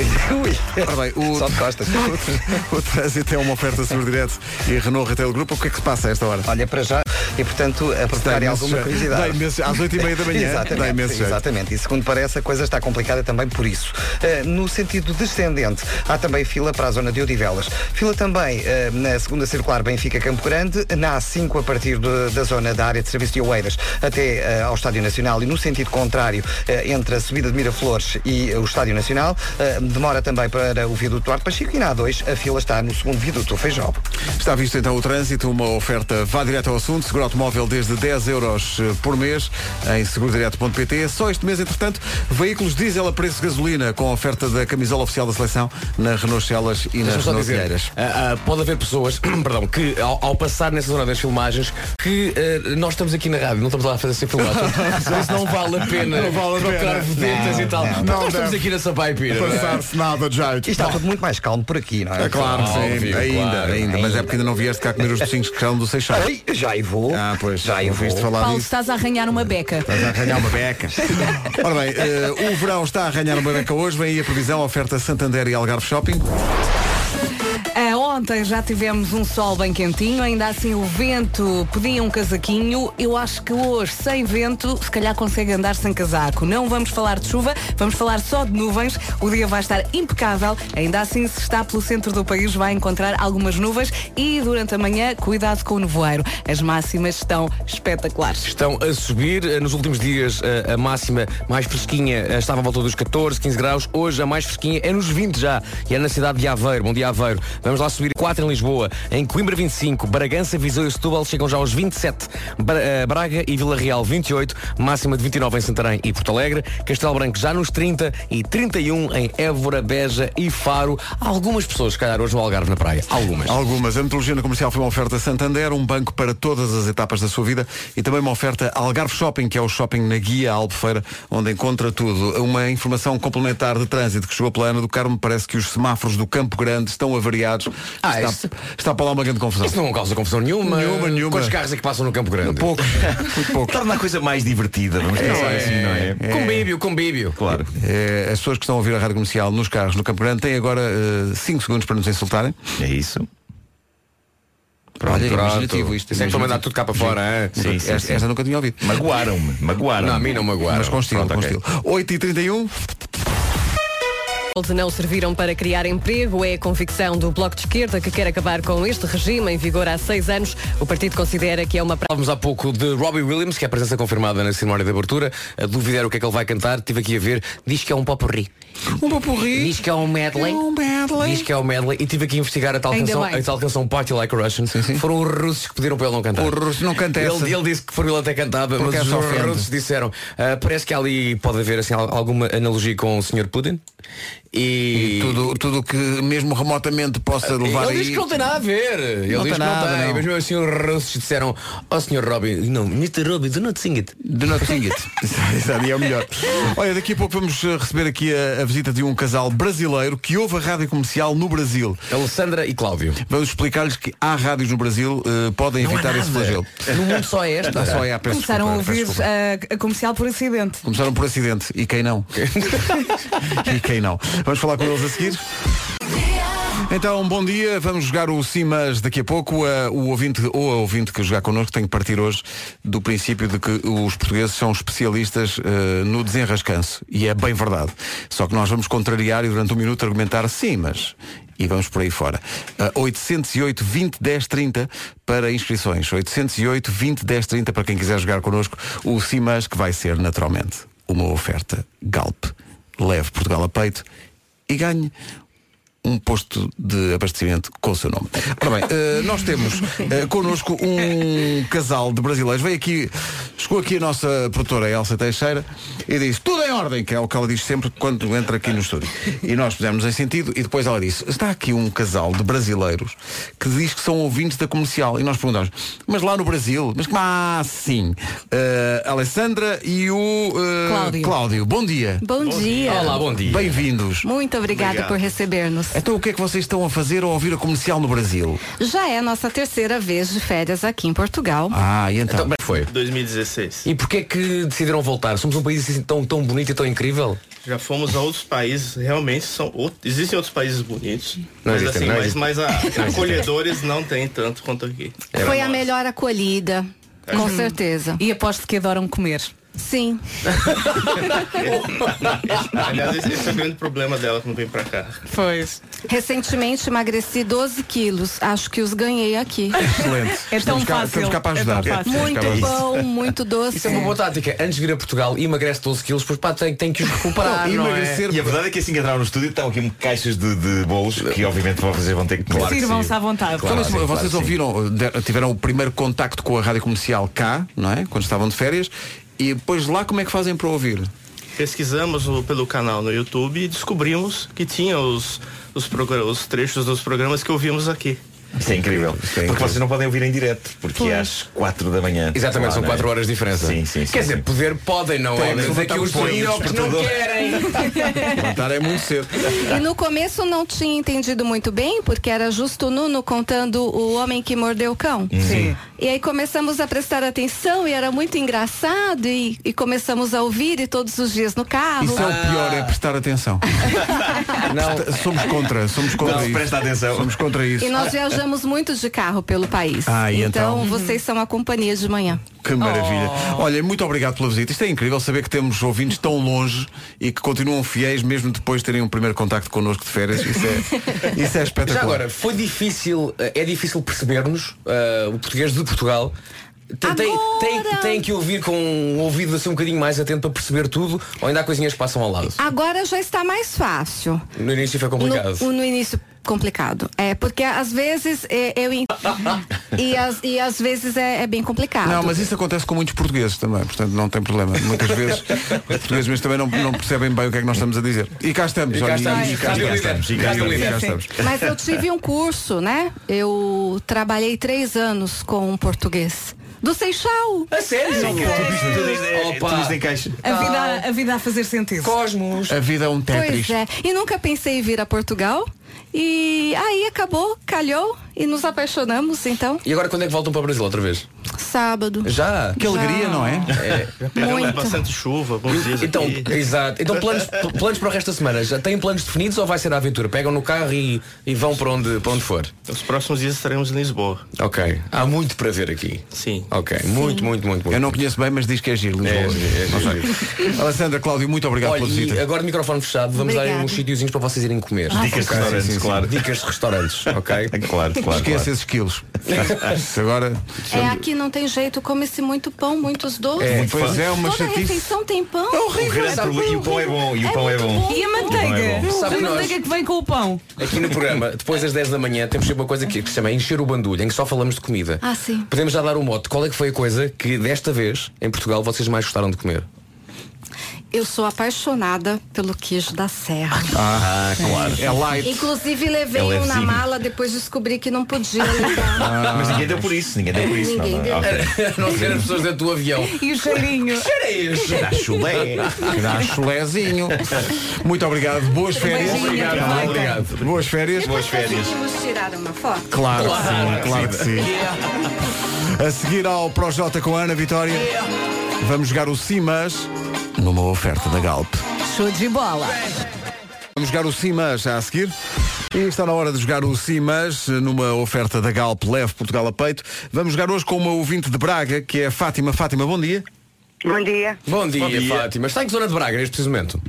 Ora bem, o,
Só de costas.
o trânsito é uma oferta sobre direto e Renault Retail Grupo. O que é que se passa a esta hora?
Olha para já e portanto a provocar
imenso
alguma
jeito.
curiosidade.
Dá imenso- às 8h30 da manhã,
Exatamente,
dá imenso jeito.
exatamente. E segundo parece a coisa está complicada também por isso. Eh, no sentido descendente, há também fila para a zona de Odivelas. Fila também eh, na segunda circular Benfica Campo Grande, na A5 a partir de- da zona da área de serviço de Oeiras até eh, ao Estádio Nacional e no sentido contrário eh, entre a subida de Miraflores e eh, o Estádio Nacional. Eh, demora também para o viaduto Duarte Pacheco e na A2 a fila está no segundo viaduto Feijó.
Está visto então o trânsito, uma oferta vá direto ao assunto, seguro automóvel desde 10 euros eh, por mês em segurodireto.pt. Só este mês, entretanto, veículos diesel a preço de gasolina com a oferta da camisola oficial da seleção na Renault Celas e nas
Deixa-me só
Renault
dizer,
Vieiras.
ah, ah, pode haver pessoas, perdão, que ao, ao passar nessa zona das filmagens, que ah, nós estamos aqui na rádio, não estamos lá a fazer ser filmados. Portanto, Isso não vale a pena
Não vale a pena.
procurar vedetas
Não,
e tal.
não,
Não,
não
nós estamos
deve.
aqui nessa paipira. não é?
Passar-se nada de
E
jeito.
está tudo muito mais calmo por aqui, não é?
É claro, sim,
Óbvio,
ainda,
claro.
ainda, mas é porque ainda não vieste cá comer os docinhos que são do Seixal.
Ai, já e vou.
Ah, pois,
Já e vou.
ouviste falar
Paulo,
disso.
estás a arranhar uma beca.
Estás a arranhar uma beca. Ora bem, eh, o verão está a arranhar uma beca hoje, vem aí a previsão, oferta Santander e Algarve Shopping.
Ah, ontem já tivemos um sol bem quentinho, ainda assim o vento pedia um casaquinho. Eu acho que hoje, sem vento, se calhar consegue andar sem casaco. Não vamos falar de chuva, vamos falar só de nuvens. O dia vai estar impecável. Ainda assim, se está pelo centro do país, vai encontrar algumas nuvens e durante a manhã, cuidado com o nevoeiro. As máximas estão espetaculares.
Estão a subir. Eh, Nos últimos dias eh, a máxima mais fresquinha eh, estava à volta dos 14, 15 graus. Hoje a mais fresquinha é nos 20 já. E é na cidade de Aveiro. Bom dia, Aveiro. Vamos lá subir 4 em Lisboa. Em Coimbra, 25. Bragança, Viseu e Setúbal chegam já aos 27. Bra- eh, Braga e Vila Real, 28. Máxima de 29 em Santarém e Porto Alegre. Castelo Branco já nos 30 e 31 em Évora, Beja e Faro. Há algumas pessoas, se calhar, hoje no Algarve na praia. Algumas.
Algumas. A metodologia na comercial foi uma oferta Santander, um banco para todas as etapas da sua vida e também uma oferta Algarve Shopping, que é o shopping na Guia Albufeira, onde encontra tudo. Uma informação complementar de trânsito que chegou pela Ana do Carmo, parece que os semáforos do Campo Grande estão avariados.
Ah,
está,
isso-
está para lá uma grande confusão.
Isso não é causa confusão nenhuma.
Nenhuma, nenhuma.
Quantos carros é que passam no Campo Grande?
Poucos, muito poucos.
Torna a coisa mais divertida, vamos pensar assim, não é?
Convívio, convívio.
Claro.
Eh, as pessoas que estão a ouvir a rádio comercial nos carros no Campo Grande têm agora 5 segundos para nos insultarem.
É isso.
Olha, é
Pronto.
imaginativo isto.
Isso é que estão a mandar tudo cá para fora, hein?
Sim, sim,
Esta-
sim.
Esta nunca tinha ouvido.
Magoaram-me, magoaram
Não, a mim não magoaram.
Mas com estilo,
Pronto,
com
ok.
estilo. 8h31.
Eles não serviram para criar emprego. É a convicção do Bloco de Esquerda que quer acabar com este regime em vigor há seis anos. O partido considera que é uma prática.
Falávamos há pouco de Robbie Williams, que é a presença confirmada na cerimónia de abertura. A dúvida era o que é que ele vai cantar. Estive aqui a ver. Diz que é um popurri.
Um popurri.
Diz que é um medley.
É um medley.
Diz que é um medley. E tive aqui a investigar a tal,
Ainda
canção,
bem.
a tal canção Party Like a Russian. Foram os russos que pediram para ele não cantar.
Os russos, não canta essa.
Ele, ele disse que por ele até cantava,
Porque
mas
essa
os
ofende.
russos disseram. ah, parece que ali pode haver assim, al- alguma analogia com o Sr. Putin. E,
tudo, tudo que mesmo remotamente possa levar
ele
a
diz que não
isto.
tem nada a ver. Ele diz
Não tem
que
nada,
não tem.
não.
Mas mesmo assim os russos disseram, ó senhor Robin, não, Mr. Robin, do not sing it.
Do not sing it. Exato, exato, e é o melhor. Olha, daqui a pouco vamos eh, receber aqui a, a visita de um casal brasileiro que ouve a rádio comercial no Brasil.
Alessandra e Cláudio.
Vamos explicar-lhes que há rádios no Brasil, eh, podem evitar esse flagelo.
No mundo só é esta.
Não, só é, peço
Começaram a
desculpa, peço
ouvir
desculpa.
ah, a comercial por acidente.
Começaram por acidente. E quem não? e quem não? Vamos falar com eles a seguir? Então, bom dia. Vamos jogar o Simas daqui a pouco. Eh, o ouvinte ou a ouvinte que jogar connosco tem que partir hoje do princípio de que os portugueses são especialistas eh, no desenrascanço. E é bem verdade. Só que nós vamos contrariar e durante um minuto argumentar sim, mas... e vamos por aí fora. Ah, 808 20 10 30 para inscrições. 808 20 10 30 para quem quiser jogar connosco o Simas, que vai ser naturalmente uma oferta Galp. Leve Portugal a peito e ganhe um posto de abastecimento com o seu nome. Ora bem, eh, nós temos eh, connosco um casal de brasileiros. Veio aqui, chegou aqui a nossa produtora Elsa Teixeira e disse tudo em ordem, que é o que ela diz sempre quando entra aqui no estúdio. E nós fizemos em sentido e depois ela disse, está aqui um casal de brasileiros que diz que são ouvintes da comercial. E nós perguntamos, mas lá no Brasil, mas ah, sim, Eh, Alessandra e o eh,
Cláudio.
Bom dia.
Bom, dia.
Olá, bom dia.
Bem-vindos.
Muito obrigada
Obrigado.
por receber-nos.
Então o que é que vocês estão a fazer ao ouvir a comercial no Brasil?
Já é a nossa terceira vez de férias aqui em Portugal.
Ah, e então?
Então, bem, foi.
2016.
E porquê é que decidiram voltar? Somos um país assim tão, tão bonito e tão incrível?
Já fomos a outros países, realmente são out- existem outros países bonitos, mas
existem,
assim,
não
mas,
existem.
mas a, acolhedores não tem tanto quanto aqui.
Foi a melhor acolhida. Com
Uhum.
certeza.
E aposto que adoram comer.
Sim.
Aliás, esse, esse é o grande problema dela quando vem pra cá.
Pois.
Recentemente emagreci 12 quilos. Acho que os ganhei aqui.
Excelente.
É tão
estamos cá,
fácil.
Estamos cá para
É tão
ajudar.
fácil.
Estamos cá
Muito
para ajudar.
bom, muito doce.
Isso é uma boa tática. Antes de vir a Portugal, emagrece 12 quilos, pois pá, tem, tem que os recuperar. não é?
Emagrecer.
E a verdade é que assim que entraram no estúdio estão aqui caixas de, de bolos que obviamente vão fazer vão ter que comer.
Sirvam-se à vontade.
Então, mas
sim, claro,
vocês
sim.
ouviram, eh, de- tiveram o primeiro contacto com a rádio comercial cá, não é? Quando estavam de férias. E depois lá como é que fazem para ouvir?
Pesquisamos o- pelo canal no YouTube e descobrimos que tinha os, os, progra- os trechos dos programas que ouvimos aqui.
Isso é incrível.
é
Porque
incrível.
vocês não podem ouvir em direto, porque é às 4 da manhã.
Exatamente,
Lá,
são
não é?
4 horas de diferença.
Sim, sim, sim,
Quer
sim.
dizer, poder podem, não é?
Podem,
Mas é que
levantar
os
o põe o
que não
despertador.
querem.
Levantar é muito cedo.
E no começo não tinha entendido muito bem, porque era justo o Nuno contando o homem que mordeu o cão.
Uhum.
Sim.
E aí começamos a prestar atenção e era muito engraçado e, e começamos a ouvir e todos os dias no carro.
Isso é
Ah.
o pior, é prestar atenção. Presta- Somos contra, somos contra
Não,
isso.
presta atenção.
Somos contra isso.
E nós viajamos muito de carro pelo país.
Ah, e então?
vocês são a companhia de manhã.
Que maravilha.
Oh.
Olha, muito obrigado pela visita. Isto é incrível saber que temos ouvintes tão longe e que continuam fiéis mesmo depois de terem um primeiro contacto connosco de férias. Isso é, isso é espetacular.
Já agora, foi difícil, eh, é difícil percebermos eh, o português de Portugal. Tem, tem, tem,
Agora!
tem que ouvir com um ouvido assim um bocadinho mais atento para perceber tudo, ou ainda há coisinhas que passam ao lado.
Agora já está mais fácil.
No início foi complicado.
No, no início complicado. É, porque às vezes é, eu en- e, às, e às vezes é, é bem complicado.
Não, mas isso acontece com muitos portugueses também, portanto não tem problema. Muitas vezes os portugueses mesmo também não, não percebem bem o que é que nós estamos a dizer. E cá estamos,
E cá
olha,
estamos,
e
e cá estamos,
e cá estamos, e cá estamos.
Mas eu tive um curso, né? Eu trabalhei três anos com um português. Do Seixal!
A sério?
Tudo isto- tudo isto é-
Opa.
tudo isto em caixa.
A vida, a vida a fazer sentido.
Cosmos.
A vida é um Tetris.
Pois é. E nunca pensei em vir a Portugal. E aí acabou, calhou e nos apaixonamos, então.
E agora quando é que voltam para o Brasil outra vez?
Sábado.
Já?
Que alegria, não é?
Pegamos
Muito.
bastante chuva, alguns dias
Então,
aqui.
exato. Então planos, pl- planos para o resto da semana. Já têm planos definidos ou vai ser a aventura? Pegam no carro e, e vão para onde, para onde for.
Nos próximos dias estaremos em Lisboa.
Ok. Há muito para ver aqui.
Sim.
Ok. Muito, muito, muito, muito.
Eu não conheço bem, mas diz que é giro.
É,
Lisboa.
é, é,
Alessandra, Cláudio, muito obrigado
Olha,
pela visita.
e agora de microfone fechado, vamos dar aí
Obrigada.
uns sítiozinhos para vocês irem comer.
Dicas de
Ok?
restaurantes,
Sim, sim, sim.
claro.
Dicas de restaurantes, ok?
Claro, claro.
Esquece
claro.
esses quilos. Isso Agora,
É aqui não tem jeito, come-se muito pão, muitos doces.
pois é, uma
Toda
chatice.
refeição tem pão.
O grande problema- E o pão é bom, e o pão é
muito
bom.
E a manteiga?
bom.
a
Sabe nós.
manteiga que vem com o pão.
Aqui no programa, depois das 10 da manhã, temos sempre uma coisa que que se chama encher o bandulho, em que só falamos de comida.
Ah, sim.
Podemos já dar um mote. Qual é que foi a coisa que desta vez, em Portugal, vocês mais gostaram de comer?
Eu sou apaixonada pelo queijo da serra.
Ah, claro.
É light.
Inclusive levei
É
um na
levezinho.
mala, depois descobri que não podia levar.
Mas ninguém deu por isso, ninguém deu por isso.
Ninguém
não,
deu.
não. Ok.
A não ser as pessoas dentro do avião.
E o cheirinho.
Era este.
Dá chulé.
Que dá um chulezinho. Muito obrigado. Boas férias.
Beijinho, aproveita.
Obrigado.
Boas férias.
Boas férias.
Conseguimos tirar uma foto?
Claro, que sim, claro que sim. A seguir ao ProJ com a Ana Vitória, vamos jogar o Simas numa oferta da Galp.
Show de bola.
Vamos jogar o Simas já a seguir. E está na hora de jogar o Simas numa oferta da Galp Leve Portugal a Peito. Vamos jogar hoje com uma ouvinte de Braga, que é a Fátima. Fátima, bom dia.
Bom dia,
Bom dia,
dia.
Fátima. Está em que zona de Braga neste preciso momento?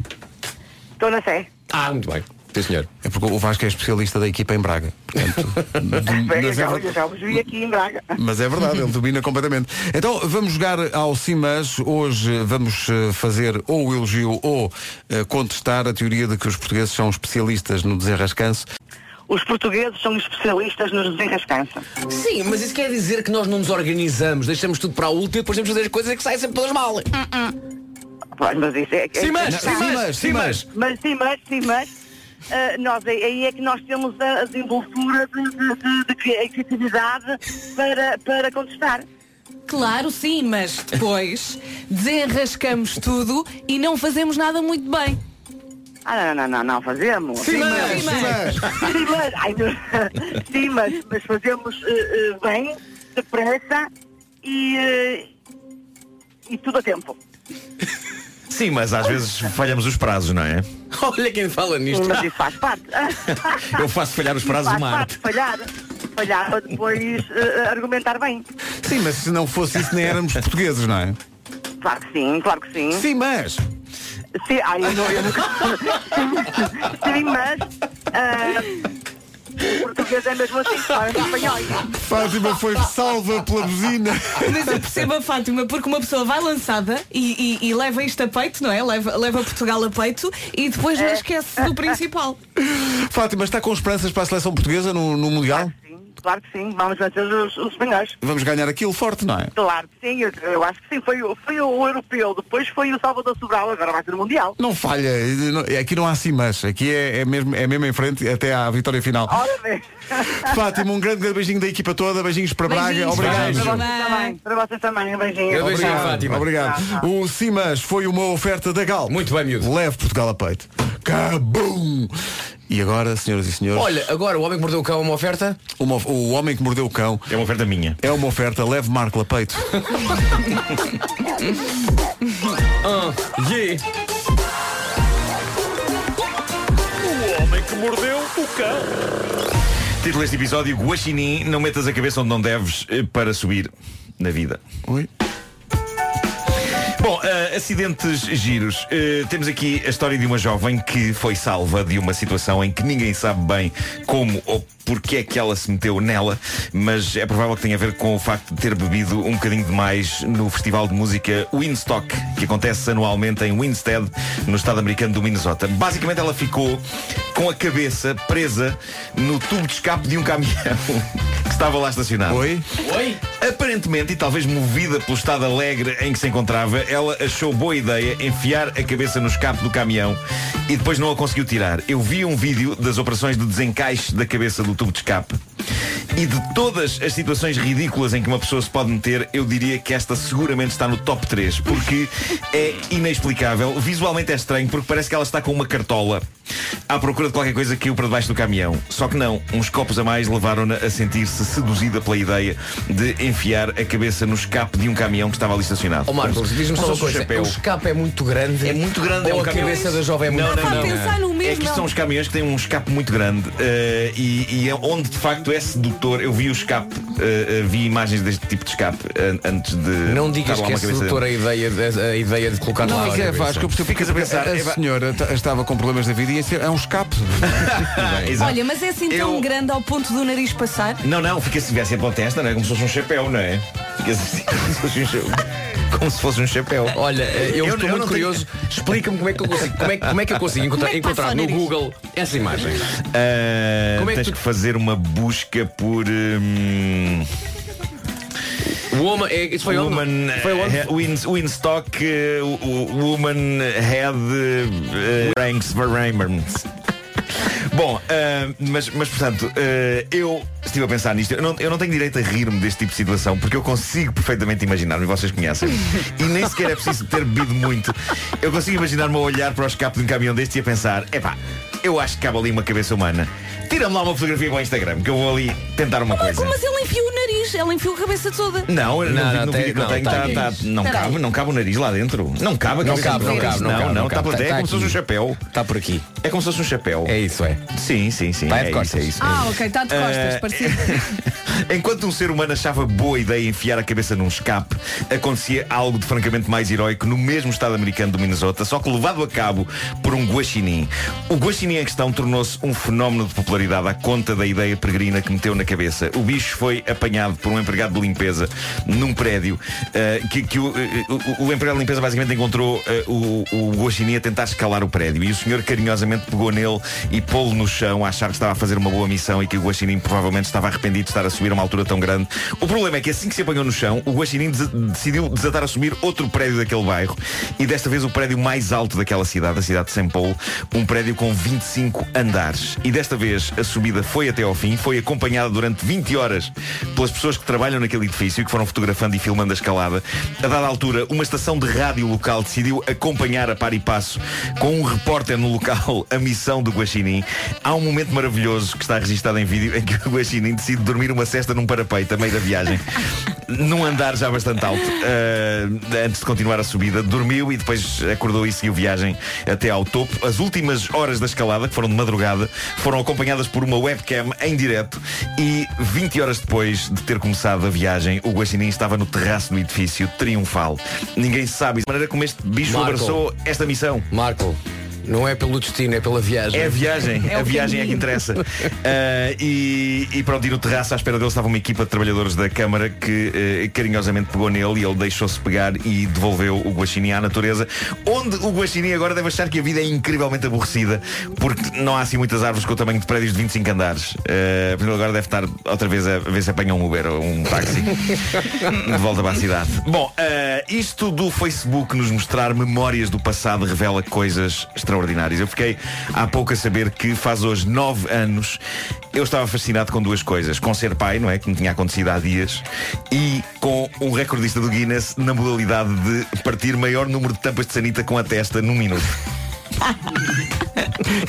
estou na Sé.
Ah, muito bem. Sim, senhor.
É porque o Vasco é especialista da equipa em Braga. Portanto,
Braga,
mas, é,
já,
ver-
já, já os vi aqui em Braga.
mas é verdade, ele domina completamente. Então vamos jogar ao Simas. Hoje vamos eh, fazer ou o elogio ou eh, contestar a teoria de que os portugueses são especialistas no desenrascanço.
Os portugueses são especialistas nos desenrascança.
Sim, mas isso quer dizer que nós não nos organizamos, deixamos tudo para a última e depois temos de fazer as coisas que saem sempre todas mal.
Pois, mas isso é... é-
Sim, mas,
é-
sim, mas, sim, mas.
Mas sim, mas, sim, mas... ah, nós, aí- aí é que nós temos a, a desenvoltura de, de, de- de cri- criatividade para, para contestar.
Claro, sim, mas depois desenrascamos tudo e não fazemos nada muito bem.
Ah, não, não, não, não, fazemos.
Sim, mas,
sim, mas.
Sim, mas, ai, meu- sim, mas, mas fazemos eh, eh, bem, depressa e, eh, e tudo a tempo.
Sim, mas às vezes falhamos os prazos, não é?
Olha quem fala nisto.
Mas isso faz parte.
Eu faço falhar os prazos
faz
uma
parte
arte.
falhar. Falhar para depois eh, argumentar bem.
Sim, mas se não fosse isso nem éramos portugueses, não é?
Claro que sim, claro que sim.
Sim, mas.
Sim, ai, eu não, eu nunca... sim, mas ah, o português é mesmo assim, claro, os espanhóis.
Fátima foi salva pela buzina.
Mas eu percebo a Fátima, porque uma pessoa vai lançada e, e- e leva isto a peito, não é? Leva, leva Portugal a peito e depois não esquece do principal.
Fátima está com esperanças para a seleção portuguesa no, no Mundial?
Sim, claro que sim, vamos vencer os, os espanhóis.
Vamos ganhar aquilo forte, não é?
Claro que sim, eu, eu acho que sim, foi, o- foi o europeu, depois foi o Salvador Sobral, agora vai ser o Mundial.
Não falha, eh, não- aqui não há assim mas, aqui é, é mesmo, é mesmo em frente até à vitória final.
Ora bem,
Fátima, um grande, grande beijinho da equipa toda, beijinhos para Braga,
Beijinhos, Tá
obrigado.
Fátima.
também, para vocês também, um beijinho.
Eu beijinho,
Obrigado,
Fátima.
obrigado. O Simas foi uma oferta da Gal.
Muito bem, miúdo.
Leve Portugal a peito. Cabum! E agora, senhoras e senhores,
Olha, agora o homem que mordeu o cão é uma oferta?
uma- o homem que mordeu o cão
É uma oferta minha.
é uma oferta, leve Marco a peito.
Yeah.
Título deste episódio, Guaxinim, não metas a cabeça onde não deves eh, para subir na vida.
Oi?
Bom, ah, acidentes giros. Ah, temos aqui a história de uma jovem que foi salva de uma situação em que ninguém sabe bem como ou porque é que ela se meteu nela, mas é provável que tenha a ver com o facto de ter bebido um bocadinho demais no festival de música Winstock, que acontece anualmente em Winstead, no estado americano do Minnesota. Basicamente ela ficou com a cabeça presa no tubo de escape de um caminhão que estava lá estacionado.
Oi?
Aparentemente, e talvez movida pelo estado alegre em que se encontrava, ela achou boa ideia enfiar a cabeça no escape do caminhão e depois não a conseguiu tirar. Eu vi um vídeo das operações de desencaixe da cabeça do tubo de escape. E de todas as situações ridículas em que uma pessoa se pode meter, eu diria que esta seguramente está no top 3, porque é inexplicável. Visualmente é estranho, porque parece que ela está com uma cartola à procura de qualquer coisa que caiu para debaixo do caminhão. Só que não, uns copos a mais levaram-na a sentir-se seduzida pela ideia de enfiar a cabeça no escape de um caminhão que estava ali estacionado.
Ó Marcos, diz-me só
Como
uma
se fosse um
coisa.
chapéu.
O escape é muito grande.
É muito grande, é
Ou
um
a
caminhão.
cabeça da jovem é muito
Não, não,
Para
não.
pensar no
É
mesmo.
que são os caminhões que têm um escape muito grande eh, e, e é onde de facto é sedutor. Eu vi o escape, eh, eh, vi imagens deste tipo de escape an- antes de.
Não
estar
digas
lá
que
Tá
é
uma cabeça
sedutora a ideia, de- a ideia de colocar
Não,
lá
mas
a
é
cabeça.
Vasco, eu percebo.
Ficas a pensar,
A,
é, va-
senhora t- estava com problemas da vida e esse é um escape.
dentro. Ah, Exato.
Olha, mas é assim tão
Eu-
grande ao ponto do nariz passar?
Não, não, fica se viesse pela testa, não é? Como se fosse um chapéu, não é? Fica se como se fosse um chapéu. Como se fosse um chapéu.
Olha,
Eu- eu
eu, estou muito
não tenho-
curioso. Explica-me como é que eu consigo, como é, que- como é que eu consigo encontrar,
Como é que passa
encontrar
o
no
nariz?
Google essa imagem.
Ah,
Como é que
tens
tu-
que fazer uma busca por. hum,
Woman, é, isso foi onde?
woman,
Foi onde?
eh, Win, Winstock eh, o- o- Woman Head eh, Ranks for Raymond. Bom, ah, mas, mas portanto, ah, eu estive a pensar nisto. Eu não, eu não tenho direito a rir-me deste tipo de situação, porque eu consigo perfeitamente imaginar-me, vocês conhecem. E nem sequer é preciso ter bebido muito. Eu consigo imaginar-me a olhar para o escape de um caminhão deste e a pensar, epá, eu acho que cabe ali uma cabeça humana. Tira-me lá uma fotografia para o Instagram, que eu vou ali tentar uma coisa.
Mas ele enfiou o nariz. nariz, ela enfiou a cabeça toda.
Não, não, não,
tem-
tem, não,
não,
tem,
tá
tá-
aqui.
tá- não
Peraí.
cabe, não cabe o nariz lá dentro. Não cabe, a
Não
cabeça
cabe, não
dentro.
cabe, não cabe,
não,
não
tá
cabe.
por
Tá
é como se fosse um
aqui.
chapéu.
Está por aqui.
É como se fosse um chapéu.
É isso, é.
Sim, sim, sim.
Vai
é
de costas.
Isso, é isso.
Ah, ok, está de costas,
Eh,
parecia.
Enquanto um ser humano achava boa ideia enfiar a cabeça num escape, acontecia algo de francamente mais heróico no mesmo estado americano do Minnesota, só que levado a cabo por um guaxinim. O guaxinim em questão tornou-se um fenómeno de popularidade à conta da ideia peregrina que meteu na cabeça. O bicho foi apanhado por um empregado de limpeza num prédio eh, que, que o, eh, o- o empregado de limpeza basicamente encontrou eh, o, o guaxinim a tentar escalar o prédio e o senhor carinhosamente pegou nele e pô-lo no chão a achar que estava a fazer uma boa missão e que o guaxinim provavelmente estava arrependido de estar a subir a uma altura tão grande. O problema é que assim que se apanhou no chão, o guaxinim des- decidiu desatar a subir outro prédio daquele bairro e desta vez o prédio mais alto daquela cidade, a cidade de São Paulo, um prédio com 25 andares. E desta vez a subida foi até ao fim, foi acompanhada durante 20 horas pelas pessoas que trabalham naquele edifício e que foram fotografando e filmando a escalada. A dada altura, uma estação de rádio local decidiu acompanhar a par e passo com um repórter no local a missão do Guaxinim. Há um momento maravilhoso que está registado em vídeo em que o Guaxinim decide dormir uma cesta num parapeito a meio da viagem. Num andar já bastante alto, eh, antes de continuar a subida, dormiu e depois acordou e seguiu viagem até ao topo. As últimas horas da escalada, que foram de madrugada, foram acompanhadas por uma webcam em direto e 20 horas depois de ter começado a viagem, o Guaxinim estava no terraço do edifício, triunfal. Ninguém sabe a maneira como este bicho
Marco.
abraçou esta missão.
Marco, não é pelo destino, é pela viagem.
É a viagem,
É
a
o
viagem é que
caminho.
interessa. Ah, e, e pronto, e no terraço à espera dele estava uma equipa de trabalhadores da Câmara que eh, carinhosamente pegou nele e ele deixou-se pegar e devolveu o guaxinim à natureza, onde o guaxinim agora deve achar que a vida é incrivelmente aborrecida, porque não há assim muitas árvores com o tamanho de prédios de 25 andares. Ah, portanto, ele agora deve estar outra vez a ver se apanha um Uber ou um táxi de volta para a cidade. Bom, ah, isto do Facebook nos mostrar memórias do passado revela coisas extraordinárias. Eu fiquei há pouco a saber que faz hoje nove anos eu estava fascinado com duas coisas. Com ser pai, não é? Que me tinha acontecido há dias. E com um recordista do Guinness na modalidade de partir maior número de tampas de sanita com a testa num minuto.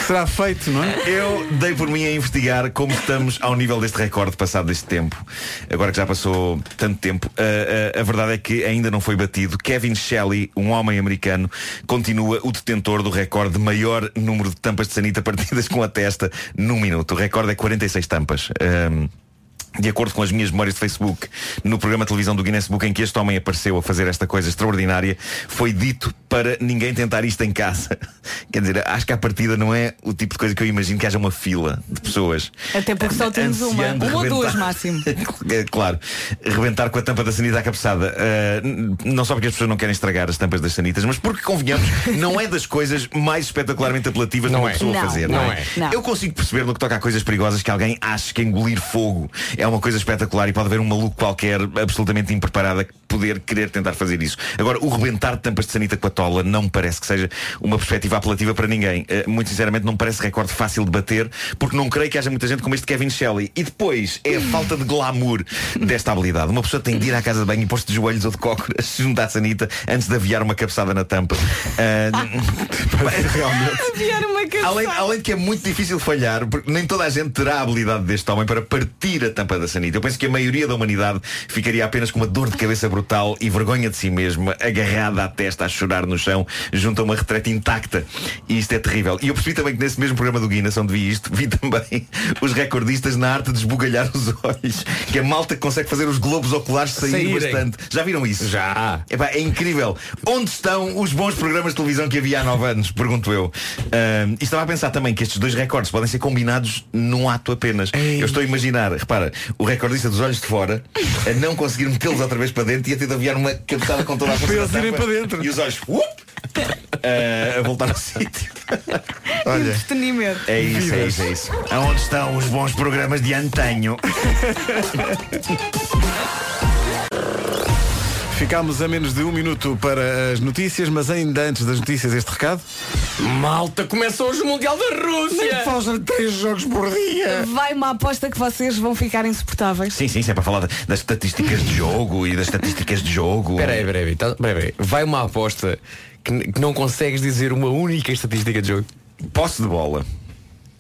Será feito, não é?
Eu dei por mim a investigar como estamos ao nível deste recorde passado deste tempo. Agora que já passou tanto tempo, a, a- a verdade é que ainda não foi batido. Kevin Shelley, um homem americano, continua o detentor do recorde de maior número de tampas de sanita partidas com a testa num minuto. O recorde é 46 tampas. Ahm, de acordo com as minhas memórias de Facebook, no programa de televisão do Guinness Book em que este homem apareceu a fazer esta coisa extraordinária, foi dito para ninguém tentar isto em casa. Quer dizer, acho que à partida não é o tipo de coisa que eu imagino que haja uma fila de pessoas.
Até porque só temos uma.
ansiando
Uma ou duas
rebentar.
máximo.
É, claro, rebentar com a tampa da sanita à cabeçada. Uh, n- não só porque as pessoas não querem estragar as tampas das sanitas, mas porque, convenhamos, não é das coisas mais espetacularmente apelativas
Não
para uma
é.
pessoa
Não,
fazer.
não
Não,
é.
é?
Não.
Eu consigo perceber no que toca a coisas perigosas que alguém acha que engolir fogo é uma coisa espetacular e pode haver um maluco qualquer absolutamente impreparado a poder querer tentar fazer isso. Agora, o rebentar de tampas de sanita com a tola não me parece que seja uma perspectiva apelativa para ninguém. Eh, muito sinceramente, não me parece recorde fácil de bater, porque não creio que haja muita gente como este Kevin Shelley. E depois, é a falta de glamour desta habilidade. Uma pessoa tem de ir à casa de banho e pôr-se de joelhos ou de cócoras junto à sanita antes de aviar uma cabeçada na tampa. Ah,
Enviar uma cabeça.
Além, além de que é muito difícil falhar, porque nem toda a gente terá a habilidade deste homem para partir a tampa da sanita. Eu penso que a maioria da humanidade ficaria apenas com uma dor de cabeça brutal e vergonha de si mesma, agarrada à testa, a chorar no chão, junto a uma retreta intacta. E isto é terrível. E eu percebi também que nesse mesmo programa do Guinness, onde vi isto, vi também os recordistas na arte de esbugalhar os olhos, que a malta que consegue fazer os globos oculares saírem
Saírem.
bastante. Já viram isso?
Já.
Epá, é incrível. Onde estão os bons programas de televisão que havia há 9 anos? Pergunto eu. Ahm, e estava a pensar também que estes dois recordes podem ser combinados num ato apenas. Eu estou a imaginar, repara, o recordista dos olhos de fora a não conseguir metê-los outra vez para dentro e a ter de aviar uma cabeçada com toda a força.
Para eles
da
irem
tampa
para dentro.
E os olhos, up, ah, a voltar ao sítio.
Olha.
Entretenimento.
É isso, é isso, é isso. Aonde estão os bons programas de antanho?
Ficámos a menos de um minuto para as notícias, mas ainda antes das notícias este recado.
Malta, começa hoje o Mundial da Rússia!
Fazem três jogos por dia.
Vai uma aposta que vocês vão ficar insuportáveis.
Sim, sim, isso é para falar da- das estatísticas de jogo e das estatísticas de jogo.
Peraí, peraí, então, peraí, peraí. Vai uma aposta que, n- que não consegues dizer uma única estatística de jogo.
Posse de bola.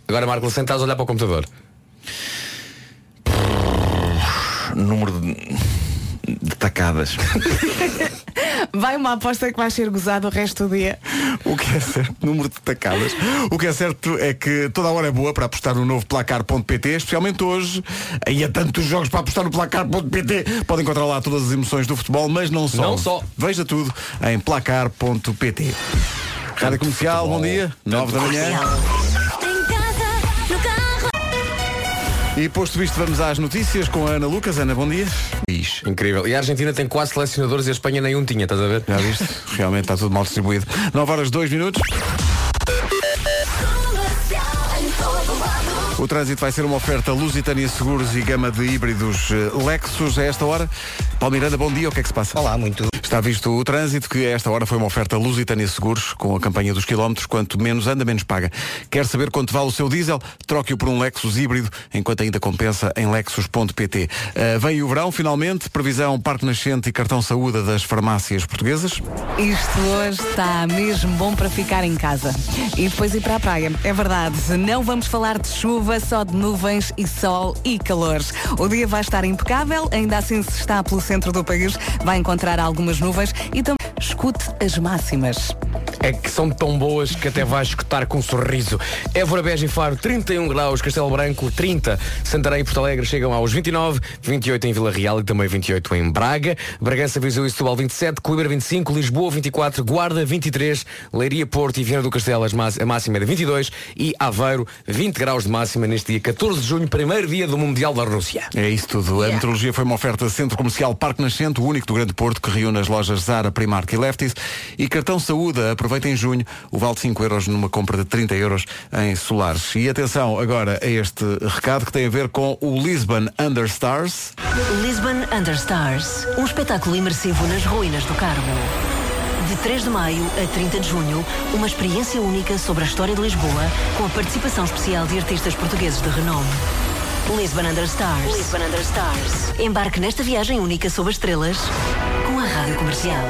Agora, Marco, sentás a olhar para o computador.
número de, de tacadas.
Vai uma aposta que vai ser gozado o resto do dia.
O que é certo, número de tacadas. O que é certo é que toda a hora é boa para apostar no novo placar.pt, especialmente hoje. Aí há tantos jogos para apostar no placar.pt. Pode encontrar lá todas as emoções do futebol, mas não só.
Não só.
Veja tudo em placar.pt. Rádio Comercial, bom dia. 9 da manhã. E posto isto, vamos às notícias com a Ana Lucas. Ana, bom dia.
Incrível. E a Argentina tem quase selecionadores e a Espanha nenhum tinha, estás a ver?
Já viste? Realmente está tudo mal distribuído. 9 horas 2 minutos. O trânsito vai ser uma oferta Lusitânia Seguros e gama de híbridos eh, Lexus a esta hora. Paulo Miranda, bom dia, o que é que se passa? Olá,
muito.
Está visto o trânsito, que a esta hora foi uma oferta Lusitânia Seguros, com a campanha dos quilómetros, quanto menos anda, menos paga. Quer saber quanto vale o seu diesel? Troque-o por um Lexus híbrido, enquanto ainda compensa em lexus.pt. Eh, vem o verão, finalmente, previsão Parque Nascente e cartão saúde das farmácias portuguesas.
Isto hoje está mesmo bom para ficar em casa e depois ir para a praia. É verdade, não vamos falar de chuva, só de nuvens e sol e calores. O dia vai estar impecável, ainda assim se está pelo centro do país, vai encontrar algumas nuvens e também escute as máximas.
É que são tão boas que até vais escutar com um sorriso. Évora Beja e Faro, 31 graus. Castelo Branco, 30. Santarém e Porto Alegre chegam aos 29. 28 em Vila Real e também 28 em Braga. Bragança, Viseu e Setúbal, 27. Coimbra, 25. Lisboa, 24. Guarda, 23. Leiria, Porto e Viana do Castelo, as más- a máxima é de 22. E Aveiro, 20 graus de máxima neste dia 14 de junho, primeiro dia do Mundial da Rússia.
É isso tudo. A meteorologia foi uma oferta Centro Comercial Parque Nascente, o único do Grande Porto que reúne as lojas Zara, Primark e Lefties. E cartão saúde, aproveita em junho o vale de 5 euros numa compra de 30 euros em solares. E atenção agora a este recado que tem a ver com o Lisbon Understars.
Lisbon Understars, um espetáculo imersivo nas ruínas do Carmo. De 3 de maio a 30 de junho, uma experiência única sobre a história de Lisboa, com a participação especial de artistas portugueses de renome. Lisbon Understars. Lisbon Understars. Embarque nesta viagem única sob as estrelas com a Rádio Comercial.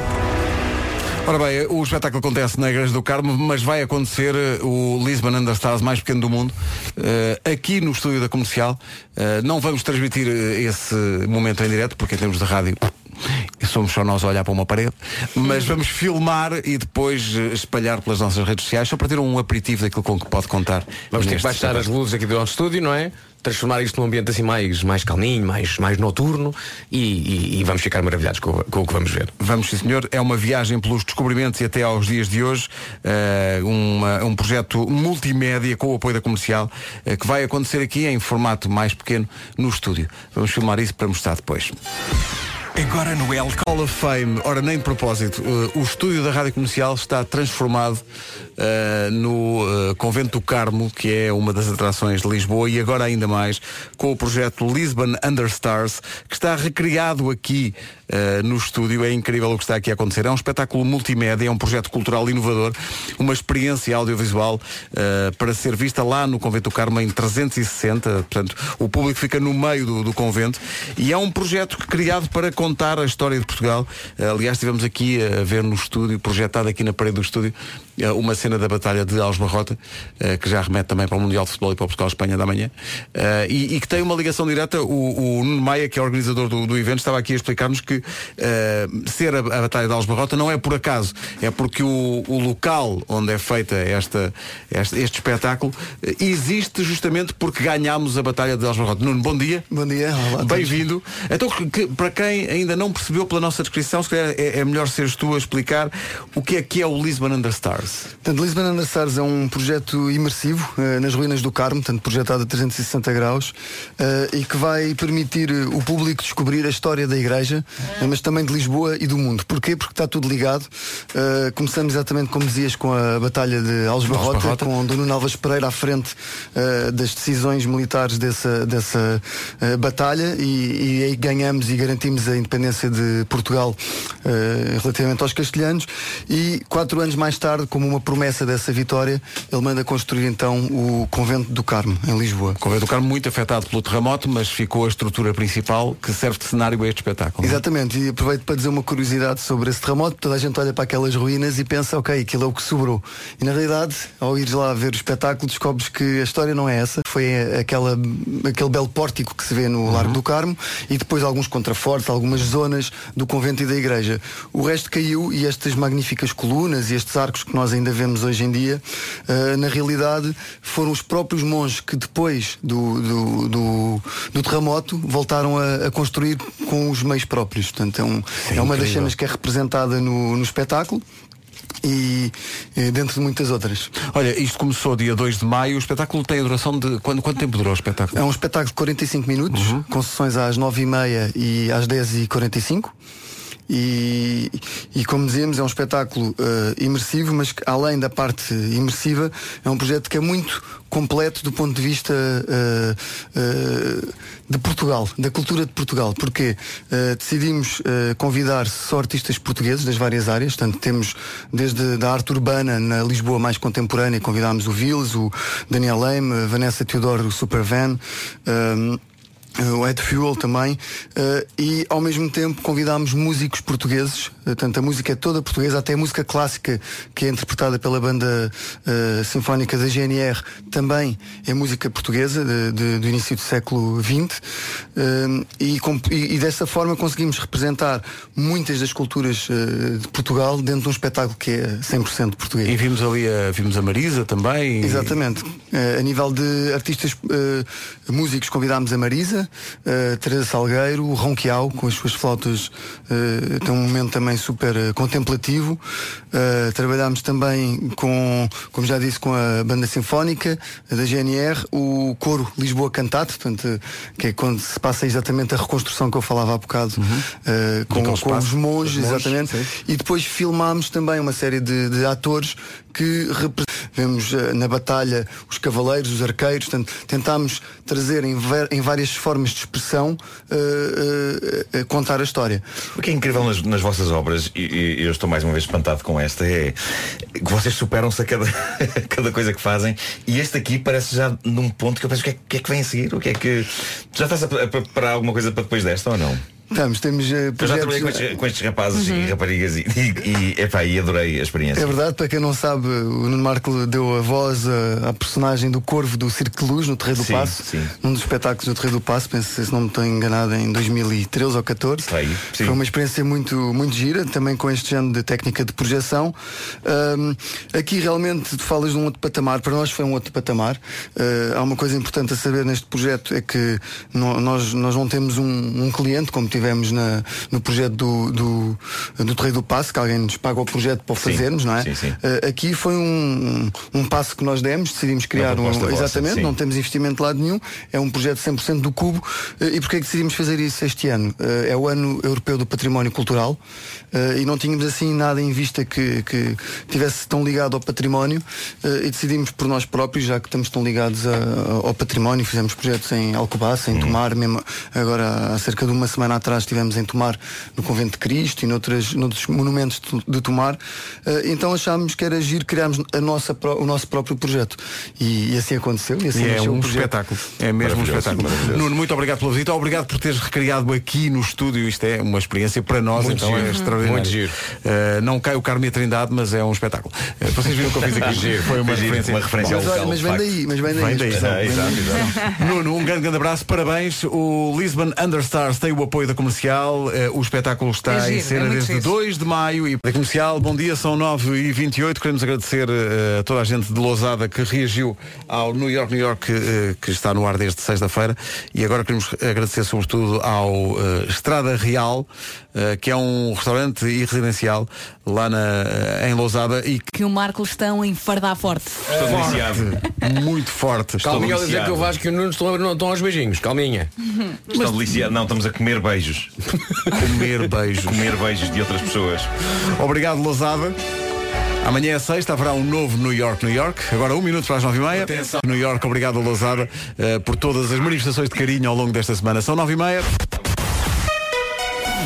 Ora bem, o espetáculo acontece na Igreja do Carmo, mas vai acontecer eh, o Lisbon Understars mais pequeno do mundo, eh, aqui no estúdio da comercial. Eh, não vamos transmitir eh, esse momento em direto, porque em termos de rádio eh, somos só nós a olhar para uma parede, mas vamos filmar e depois eh, espalhar pelas nossas redes sociais, só para ter um aperitivo daquilo com que pode contar.
Vamos ter que
neste
baixar as luzes aqui do nosso estúdio, não é? Transformar isto num ambiente assim mais, mais calminho, mais, mais noturno e, e- e vamos ficar maravilhados com, o- com o que vamos ver.
Vamos, sim, senhor. É uma viagem pelos descobrimentos e até aos dias de hoje. eh, uma- um projeto multimédia com o apoio da comercial eh, que vai acontecer aqui em formato mais pequeno no estúdio. Vamos filmar isso para mostrar depois. Agora no El Call of Fame. Ora, nem de propósito. eh, o estúdio da Rádio Comercial está transformado eh, no eh, Convento do Carmo, que é uma das atrações de Lisboa, e agora ainda mais com o projeto Lisbon Understars, que está recriado aqui eh, no estúdio. É incrível o que está aqui a acontecer. É um espetáculo multimédia, é um projeto cultural inovador, uma experiência audiovisual eh, para ser vista lá no Convento do Carmo em 360. Portanto, o público fica no meio do, do convento. E é um projeto que- criado para contar a história de Portugal. Eh, aliás, estivemos aqui a ver no estúdio, projetado aqui na parede do estúdio, eh, uma cena da Batalha de Algebarrota, eh, que já remete também para o Mundial de Futebol e para o Portugal-Espanha da manhã. Eh, e, e que tem uma ligação direta. O, o Nuno Maia, que é organizador do, do evento, estava aqui a explicar-nos que eh, ser a, a Batalha de Algebarrota não é por acaso, é porque o, o local onde é feita esta, este, este espetáculo eh, existe justamente porque ganhámos a Batalha de Algebarrota. Nuno, bom dia.
Bom dia. Olá a todos.
Bem-vindo. Então, que- que- para quem ainda não percebeu pela nossa descrição, se calhar é, é melhor seres tu a explicar o que é que é o Lisbon Understars.
Portanto, Lisbon Understars é um projeto imersivo eh, nas ruínas do Carmo, portanto, projetado a 360 graus, eh, e que vai permitir eh, o público descobrir a história da Igreja, eh, mas também de Lisboa e do mundo. Porquê? Porque está tudo ligado. Eh, começamos exatamente, como dizias, com a Batalha de Alves
Algebarrota.
com Dom Nuno Alves Pereira à frente eh, das decisões militares dessa, dessa eh, batalha e, e aí ganhamos e garantimos a independência de Portugal eh, relativamente aos castelhanos e quatro anos mais tarde como uma promessa dessa vitória, ele manda construir então o Convento do Carmo, em Lisboa.
O Convento do Carmo muito afetado pelo terremoto, mas ficou a estrutura principal que serve de cenário a este espetáculo. é?
Exatamente, e aproveito para dizer uma curiosidade sobre esse terremoto. Toda a gente olha para aquelas ruínas e pensa, ok, aquilo é o que sobrou. E na realidade, ao ires lá ver o espetáculo, descobres que a história não é essa. Foi eh, aquela, aquele belo pórtico que se vê no Largo do Carmo e depois alguns contrafortes, algumas zonas do convento e da igreja. O resto caiu e estas magníficas colunas e estes arcos que nós ainda vemos hoje em dia, eh, na realidade, foram os próprios monges que depois do, do, do- do terremoto voltaram a, a construir com os meios próprios. Portanto, é, um- é uma das
incrível.
cenas que é representada no, no espetáculo e eh, dentro de muitas outras.
Olha, isto começou dia 2 de maio, o espetáculo tem a duração de. Quanto, quanto tempo durou o espetáculo?
É um espetáculo de 45 minutos, com sessões às 9h30 e às 10h45. E, e como dizíamos, é um espetáculo eh, imersivo, mas que além da parte imersiva, é um projeto que é muito completo do ponto de vista eh, eh, de Portugal, da cultura de Portugal, porque eh, decidimos eh, convidar só artistas portugueses das várias áreas, portanto temos desde da arte urbana na Lisboa mais contemporânea, convidámos o Vils, o Daniel Leme, a Vanessa Teodoro, o Supervan, ehm, o Ed Fuel também, eh, e ao mesmo tempo convidámos músicos portugueses, eh, portanto a música é toda portuguesa, até a música clássica que é interpretada pela banda eh, sinfónica da GNR também é música portuguesa de- de- do início do século XX eh, e, com- e- e dessa forma conseguimos representar muitas das culturas eh, de Portugal dentro de um espetáculo que é 100% português.
E vimos ali a, vimos a Marisa também.
Exatamente. Eh, a nível de artistas eh, músicos, convidámos a Marisa, eh, Teresa Salgueiro, o Ronquial, com as suas flautas, eh, tem um momento também super eh, contemplativo. Eh, trabalhámos também com, como já disse, com a banda sinfónica eh, da GNR, o coro Lisboa Cantato, portanto, eh, que é quando se passa exatamente a reconstrução que eu falava há bocado, eh, com,
Daquele
com os
espaço,
monges,
dos monges,
exatamente. E depois filmámos também uma série de, de atores que repre- vemos eh, na batalha os cavaleiros, os arqueiros, portanto, tentámos trazer em, ver- em várias formas de expressão eh, eh, eh, contar a história.
O que é incrível nas, nas vossas obras, e, e- eu estou mais uma vez espantado com esta, é que vocês superam-se a cada, a cada coisa que fazem. E este aqui parece já num ponto que eu penso, o que é, o que, é que vem a seguir? O que é que. Tu já estás a, pre- a preparar alguma coisa para depois desta ou não?
Estamos, temos eh,
Eu já
projetos.
trabalhei com estes, com estes rapazes e raparigas e, e, e, epá, e adorei a experiência.
É verdade, para quem não sabe, o Nuno Marco deu a voz eh, à personagem do Corvo do Circo de Luz no Terreiro é do
Sim,
Passo, Hum.
sim.
num dos espetáculos do Terreiro do Passo, penso se não me estou enganado, em 2013 ou 14. Foi uma experiência muito, muito gira, também com este género de técnica de projeção. Ahm, aqui realmente tu falas de um outro patamar, para nós foi um outro patamar. Ah, há uma coisa importante a saber neste projeto é que no- nós, nós não temos um, um cliente, como tivemos na- no projeto do, do, do Terreiro do Passo, que alguém nos paga o projeto para o
Sim,
fazermos, não é?
sim, sim.
Ah, aqui foi um, um passo que nós demos, decidimos criar um.
proposta vossa,
Exatamente,
sim.
não temos investimento de lado nenhum, é um projeto 100% do Cubo. Eh, E porquê é que decidimos fazer isso este ano? Eh, É o ano europeu do património cultural eh, e não tínhamos assim nada em vista que, que tivesse tão ligado ao património eh, e decidimos por nós próprios, já que estamos tão ligados a- ao património, fizemos projetos em Alcobaça, em Tomar, mesmo agora há cerca de uma semana atrás estivemos em Tomar no Convento de Cristo e noutras, noutros monumentos de, de Tomar. Eh, Então achámos que era agir, criarmos a nossa, pró- o nosso próprio projeto. E, e assim aconteceu. E assim
E é
nasceu o
um
projeto.
espetáculo. É mesmo um
Maravilhoso,
espetáculo.
maravilhoso.
Nuno, muito obrigado pela visita. Obrigado por teres recriado aqui no estúdio. Isto é uma experiência para nós,
Muito
então
giro.
é
Uhum.
extraordinário.
Muito giro.
Eh, não cai o Carme e a Trindade, mas é um espetáculo. Eh, vocês viram o que eu fiz aqui?
Giro.
Foi uma
Foi giro,
referência.
uma referência
Mas ao olha, local, mas vem de facto. daí, mas vem daí a expressão,
Ah,
vem
exato,
daí a
exato. Nuno, um grande, grande abraço. Parabéns. O Lisbon Understars tem o apoio da comercial. Eh, o espetáculo está
É giro,
em cena
é muito
desde
giro.
2 de maio e da comercial, bom dia, são 9 e 28 Queremos agradecer eh, a toda a gente de Lousada que reagiu ao New York, New York, eh, que está no ar desde sexta-feira. E agora queremos agradecer sobretudo ao eh, Estrada Real, eh, que é um restaurante e residencial lá na, eh, em Lousada e que.
Que o Marcos estão em fardar forte.
Forte, é muito forte.
Calminha,
Estou
ao dizer
deliciado.
que o Vasco e o Nuno estão, não estão aos beijinhos. Calminha.
Estão deliciados. Não, estamos a comer beijos.
comer beijos.
Comer beijos de outras pessoas.
Obrigado, Lousada. Amanhã é sexta, haverá um novo New York, New York. Agora um minuto para as nove e meia. New York, obrigado, Lousada, eh, por todas as manifestações de carinho ao longo desta semana. São nove e meia.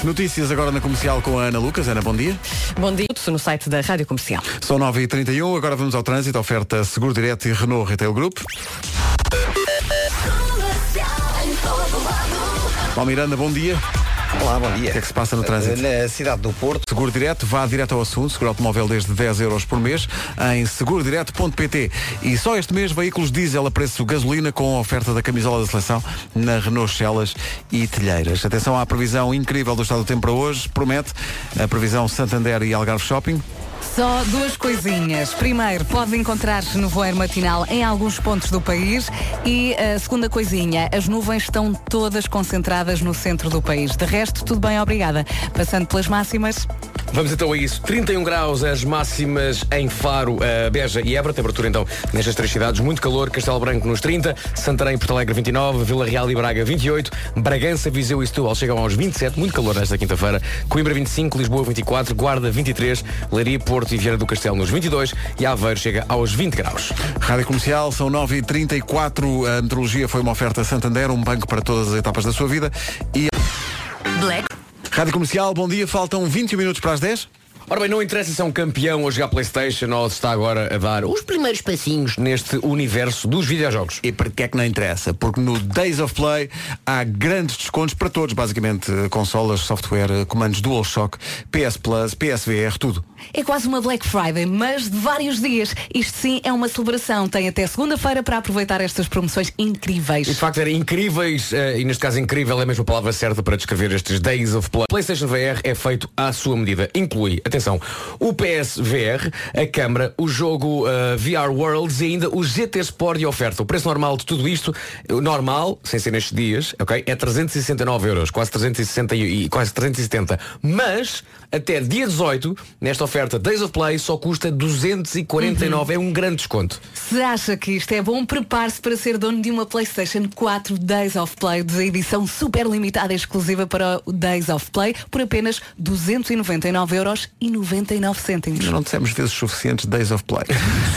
Notícias agora na comercial com a Ana Lucas. Ana, bom dia.
Bom dia, no site da Rádio Comercial.
São 9h31, agora vamos ao trânsito. Oferta Seguro Direto e Renault Retail Group. Paulo Miranda, bom dia.
Olá, bom dia.
O que é que se passa no trânsito?
Na cidade do Porto.
Seguro Direto, vá direto ao assunto. Seguro automóvel desde 10 euros por mês em segurodireto.pt. E só este mês, veículos diesel a preço gasolina com a oferta da camisola da seleção na Renault Celas e Telheiras. Atenção à previsão incrível do estado do tempo para hoje. Promete a previsão Santander e Algarve Shopping.
Só duas coisinhas. Primeiro, pode encontrar-se no voeiro matinal em alguns pontos do país. E a segunda coisinha, as nuvens estão todas concentradas no centro do país. De resto, tudo bem, obrigada. Passando pelas máximas.
Vamos então a isso. 31 graus as máximas em Faro, eh, Beja e Évora. Temperatura então nestas três cidades. Muito calor. Castelo Branco nos 30, Santarém e Porto Alegre 29, Vila Real e Braga 28, Bragança, Viseu e Setúbal chegam aos 27. Muito calor nesta quinta-feira. Coimbra 25, Lisboa 24, Guarda 23, Leiria, Porto e Vieira do Castelo nos 22 e Aveiro chega aos 20 graus.
Rádio Comercial, são 9h34. A metrologia foi uma oferta Santander, um banco para todas as etapas da sua vida. E...
Black.
Rádio Comercial, bom dia. Faltam 20 minutos para as 10.
Ora bem, não interessa se é um campeão ou jogar Playstation ou se está agora a dar os primeiros passinhos neste universo dos videojogos.
E porque é que não interessa? Porque no Days of Play há grandes descontos para todos, basicamente eh, consolas, software, eh, comandos DualShock, PS Plus, PSVR, tudo.
É quase uma Black Friday, mas de vários dias. Isto sim é uma celebração. Tem até segunda-feira para aproveitar estas promoções incríveis.
E de facto era incríveis, eh, e neste caso incrível é mesmo a palavra certa para descrever estes Days of Play. PlayStation VR é feito à sua medida. Inclui, atenção, o PSVR, a câmara, o jogo eh, VR Worlds e ainda o GT Sport de oferta. O preço normal de tudo isto, eh, normal, sem ser nestes dias, ok, é 369 euros, quase 360 e e- quase 370. Mas, até dia 18, nesta oferta Days of Play só custa 249. É um grande desconto.
Se acha que isto é bom, prepare-se para ser dono de uma PlayStation 4 Days of Play de edição super limitada e exclusiva para o Days of Play por apenas 299,99€.
Não dissemos vezes suficientes Days of Play.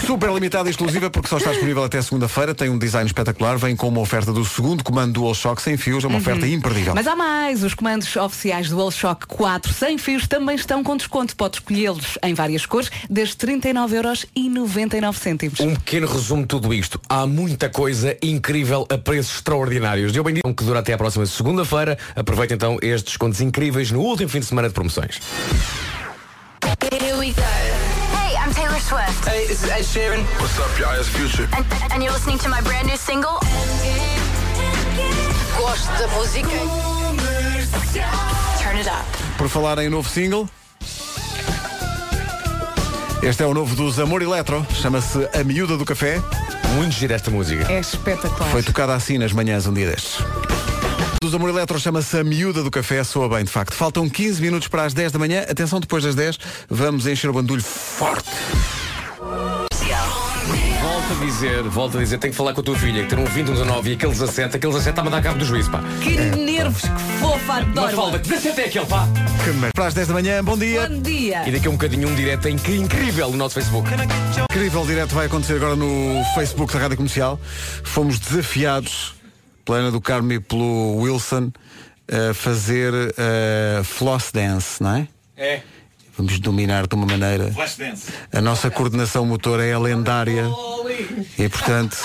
Super limitada e exclusiva porque só está disponível até segunda-feira. Tem um design espetacular, vem com uma oferta do segundo comando DualShock sem fios, é uma oferta
Uhum.
imperdível.
Mas há mais, os comandos oficiais do DualShock 4 sem fios também estão com desconto. Pode escolhê-los em várias cores, desde 39,99€.
Um pequeno resumo de tudo isto. Há muita coisa incrível a preços extraordinários. Deu bem dito que dura até à próxima segunda-feira. Aproveita então estes descontos incríveis no último fim de semana de promoções.
Here we go. Hey, I'm Taylor Swift. Hey, this is Ed Sheeran.
What's up, y'all? It's Future.
And, and you're listening to my brand new single. Gosto da música. Turn it up.
Por falar em novo single. Este é o novo dos Amor Eletro, chama-se A Miúda do Café.
Muito gira esta música.
É espetacular.
Foi tocada assim nas manhãs um dia destes. Dos Amor Eletro chama-se A Miúda do Café, soa bem de facto. Faltam 15 minutos para as 10 da manhã. Atenção, depois das 10 vamos encher o bandulho forte.
Volto a dizer, volto a dizer, tenho que falar com a tua filha, que ter um 20, um 19 e aquele 17, aquele 17 está a dar cabo do juízo, pá.
Que nervos, que fofa,
Mas
adoro.
falta 17 é aquele, pá.
Para as 10 da manhã, bom dia.
Bom dia.
E daqui a um bocadinho um direto incri- incrível no nosso Facebook.
Incrível direto vai acontecer agora no Facebook da Rádio Comercial. Fomos desafiados pela Ana do Carmo e pelo Wilson a fazer eh, floss dance, não é?
É.
Vamos dominar de uma maneira.
Flashdance.
A nossa coordenação motora é lendária. E portanto,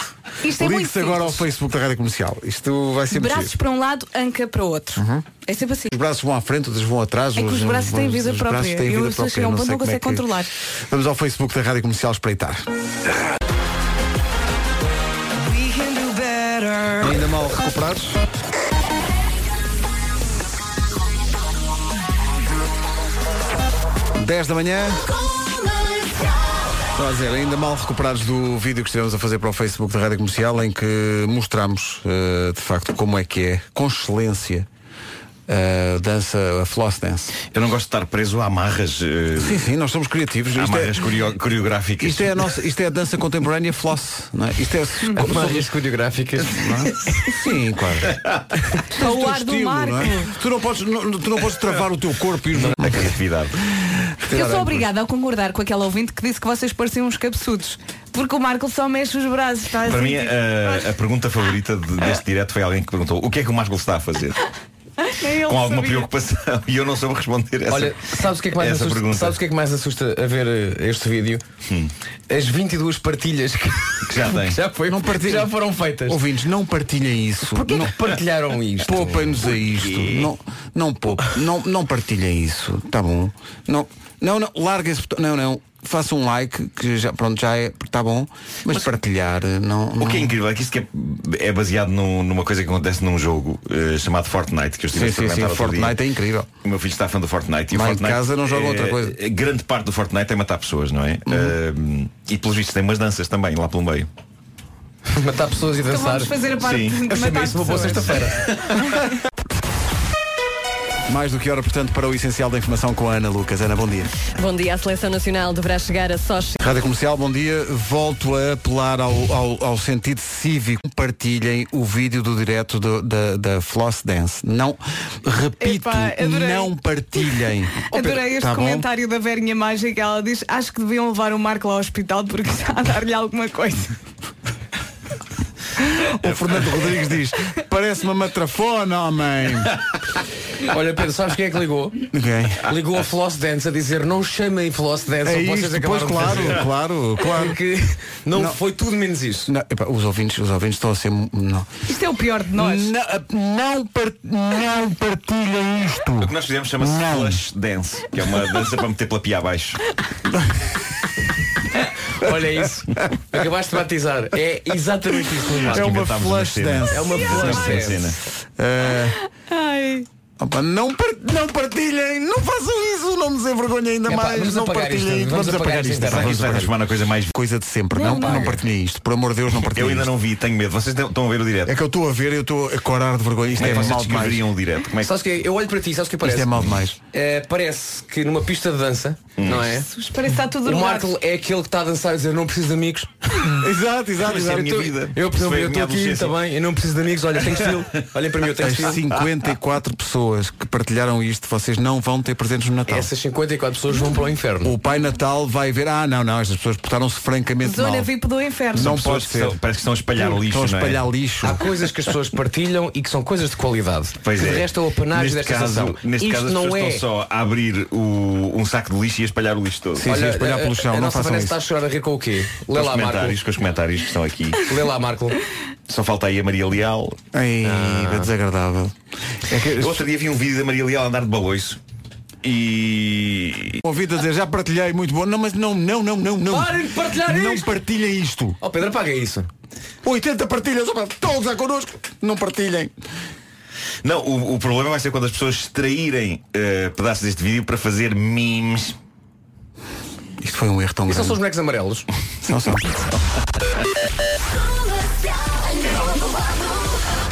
Isto é muito
ligue-se agora ao Facebook da Rádio Comercial. Isto vai ser muito
Braços
giro.
para um lado, anca para o outro.
Uhum.
É sempre assim.
Os braços vão à frente, outros vão atrás.
É que os braços têm vida
os
própria.
braços têm
E
vida
as pessoas
própria,
chegam a um ponto
sei
não
como
conseguem
é que-
controlar.
Vamos ao Facebook da Rádio Comercial espreitar. Ainda mal recuperados. Dez da manhã. Estava a dizer, ainda mal recuperados do vídeo que estivemos a fazer para o Facebook da Rádio Comercial, em que mostramos, eh, de facto, como é que é, com excelência, eh, a dança, a floss dance.
Eu não gosto de estar preso a amarras. eh,
Sim, sim, nós somos criativos. Isto é-
Amarras coreo- coreográficas.
Isto é a, nossa, isto é a dança contemporânea floss, não é? Isto é...
Amarras coreográficas.
Sim, claro. Isto é o teu
ar do Marco.
não é? Tu não podes, não- tu não podes travar o teu corpo e os...
A criatividade.
Eu sou obrigada a concordar com aquela ouvinte que disse que vocês pareciam uns cabeçudos. Porque o Marco só mexe os braços. Está
Para
assim,
mim,
tipo,
a, a pergunta favorita de- deste direto foi alguém que perguntou o que é que o Marco está a fazer? com alguma preocupação e eu não soube responder essa,
Olha, sabes o que é que mais
essa
assusta?
pergunta.
Sabes o que é que mais assusta a ver eh, este vídeo? As 22 partilhas que,
já tem.
já foi, não já foram feitas.
Ouvintes, não partilhem isso.
Porquê que
não
partilharam isto?
Poupem-nos a isto. Não, não poupem. Não, não partilhem isso. Tá bom. Não, não, não larga esse botão. Não, não. Faça um like, que já, pronto, já é, tá bom. Mas, partilhar, não.
O que é
não.
incrível é que isto que é, é baseado num- numa coisa que acontece num jogo eh, chamado Fortnite, que eu estive a
Sim, sim,
experimentar
sim,
outro
Fortnite
dia.
é incrível.
O meu filho está fã do Fortnite e
Lá
o
em
Fortnite
casa não joga
eh,
outra coisa. Uhum.
eh, Grande parte do Fortnite é matar pessoas, não é? Eh, e pelos vistos tem umas danças também lá pelo meio.
Matar pessoas e
Então
dançar.
vamos fazer a parte Sim. de
Eu chamei
matar
isso uma boa
pessoas.
sexta-feira.
Mais do que hora, portanto, para o essencial da informação com a Ana Lucas. Ana, bom dia.
Bom dia, a seleção nacional deverá chegar a Sochi.
Rádio Comercial, bom dia. Volto a apelar ao, ao- ao sentido cívico. Compartilhem o vídeo do direto do- da, da Floss Dance. Não, repito,
Epá, adorei.
não partilhem.
Adorei este
Tá bom?
comentário da Verinha Mágica. Ela diz, acho que deviam levar o Marco lá ao hospital porque está a dar-lhe alguma coisa.
O Fernando Rodrigues diz, parece uma matrafona, homem.
Olha, Pedro, sabes quem é que ligou? Ligou a Floss Dance a dizer não chamem Floss Dance,
Ah. É
o que vocês
isto, pois
acabaram de
claro,
fazer."
claro, claro.
Porque não, foi tudo menos isso.
os, ouvintes, os ouvintes estão a ser. Não.
Isto é o pior de nós.
Não, par- não partilhem isto.
O que nós fizemos chama-se Flush Dance, que é uma dança para meter pela pia abaixo.
Olha isso. Acabaste de batizar. É exatamente isso. Nuno.
É uma flash dance.
É uma flash dance.
É. Opa, não, par- não partilhem, não façam isso, não nos envergonhem ainda
Epá,
mais.
vamos
não
apagar
partilhem,
isto, vamos apagar esta internet. Isto vai transformar na coisa mais
coisa de sempre.
Não,
Não, não,
não.
partilhem isto, por amor de Deus, não
Eu
partilhem.
ainda
isto.
não vi, tenho medo. Vocês estão- estão a ver o direto.
É que eu estou a ver, eu estou a corar de vergonha. Isto
Como é
é,
que vocês
mal demais.
descreveriam o direto? Como é que-
Sabes o que é? Eu olho para ti, sabes o que
Isto
parece?
é Hum. mal demais.
É, parece que numa pista de dança, não é?
Jesus, parece que está tudo
o
no
Marco é aquele que está a dançar e dizer não preciso de amigos.
exato,
Eu
exato, exato.
tô- Eu
Isso
não,
foi a
eu estou
minha
aqui
adolescência.
também, eu não preciso de amigos, olha, tenho estilo. Olhem para mim, eu tenho
As
estilo.
54 pessoas que partilharam isto, vocês não vão ter presentes no
Então.
Natal.
Essas 54 pessoas vão para o
Hum.
inferno.
O Pai Natal vai ver, ah não, não, estas pessoas portaram-se francamente
Zona
mal.
VIP do inferno.
Não
pessoas
pode
que
ser.
estão- parece que estão a espalhar lixo,
Estão a
não é?
espalhar lixo.
Há coisas que as pessoas partilham e que são coisas de qualidade.
Pois
O
é.
resto é o apanágio
neste
desta
caso,
sessão.
Neste
Isto
caso as
não
pessoas
é.
estão só a abrir o- um saco de lixo e a espalhar o lixo todo.
Olha, a- a, a nossa Vanessa está a chorar a rir com o quê?
Com
Lê
os
lá,
comentários,
Marco.
com os comentários que estão aqui.
Lê lá, Marco.
Só falta aí a Maria Leal.
Ai,
Ah.
é desagradável.
Eu Outro dia vi um vídeo da Maria Leal andar de baloiço. E.
Ouvido a dizer, já partilhei, muito bom. Não, mas não, não, não, não, não.
Parem de partilhar
Não
isto.
partilhem isto.
Ó Oh, Pedro, apaga isso.
80 partilhas, opa, todos a connosco. Não partilhem.
Não, o, o problema vai ser quando as pessoas extraírem eh, pedaços deste vídeo para fazer memes.
Isto foi um erro tão
E são só os
grande.
bonecos amarelos.
São só.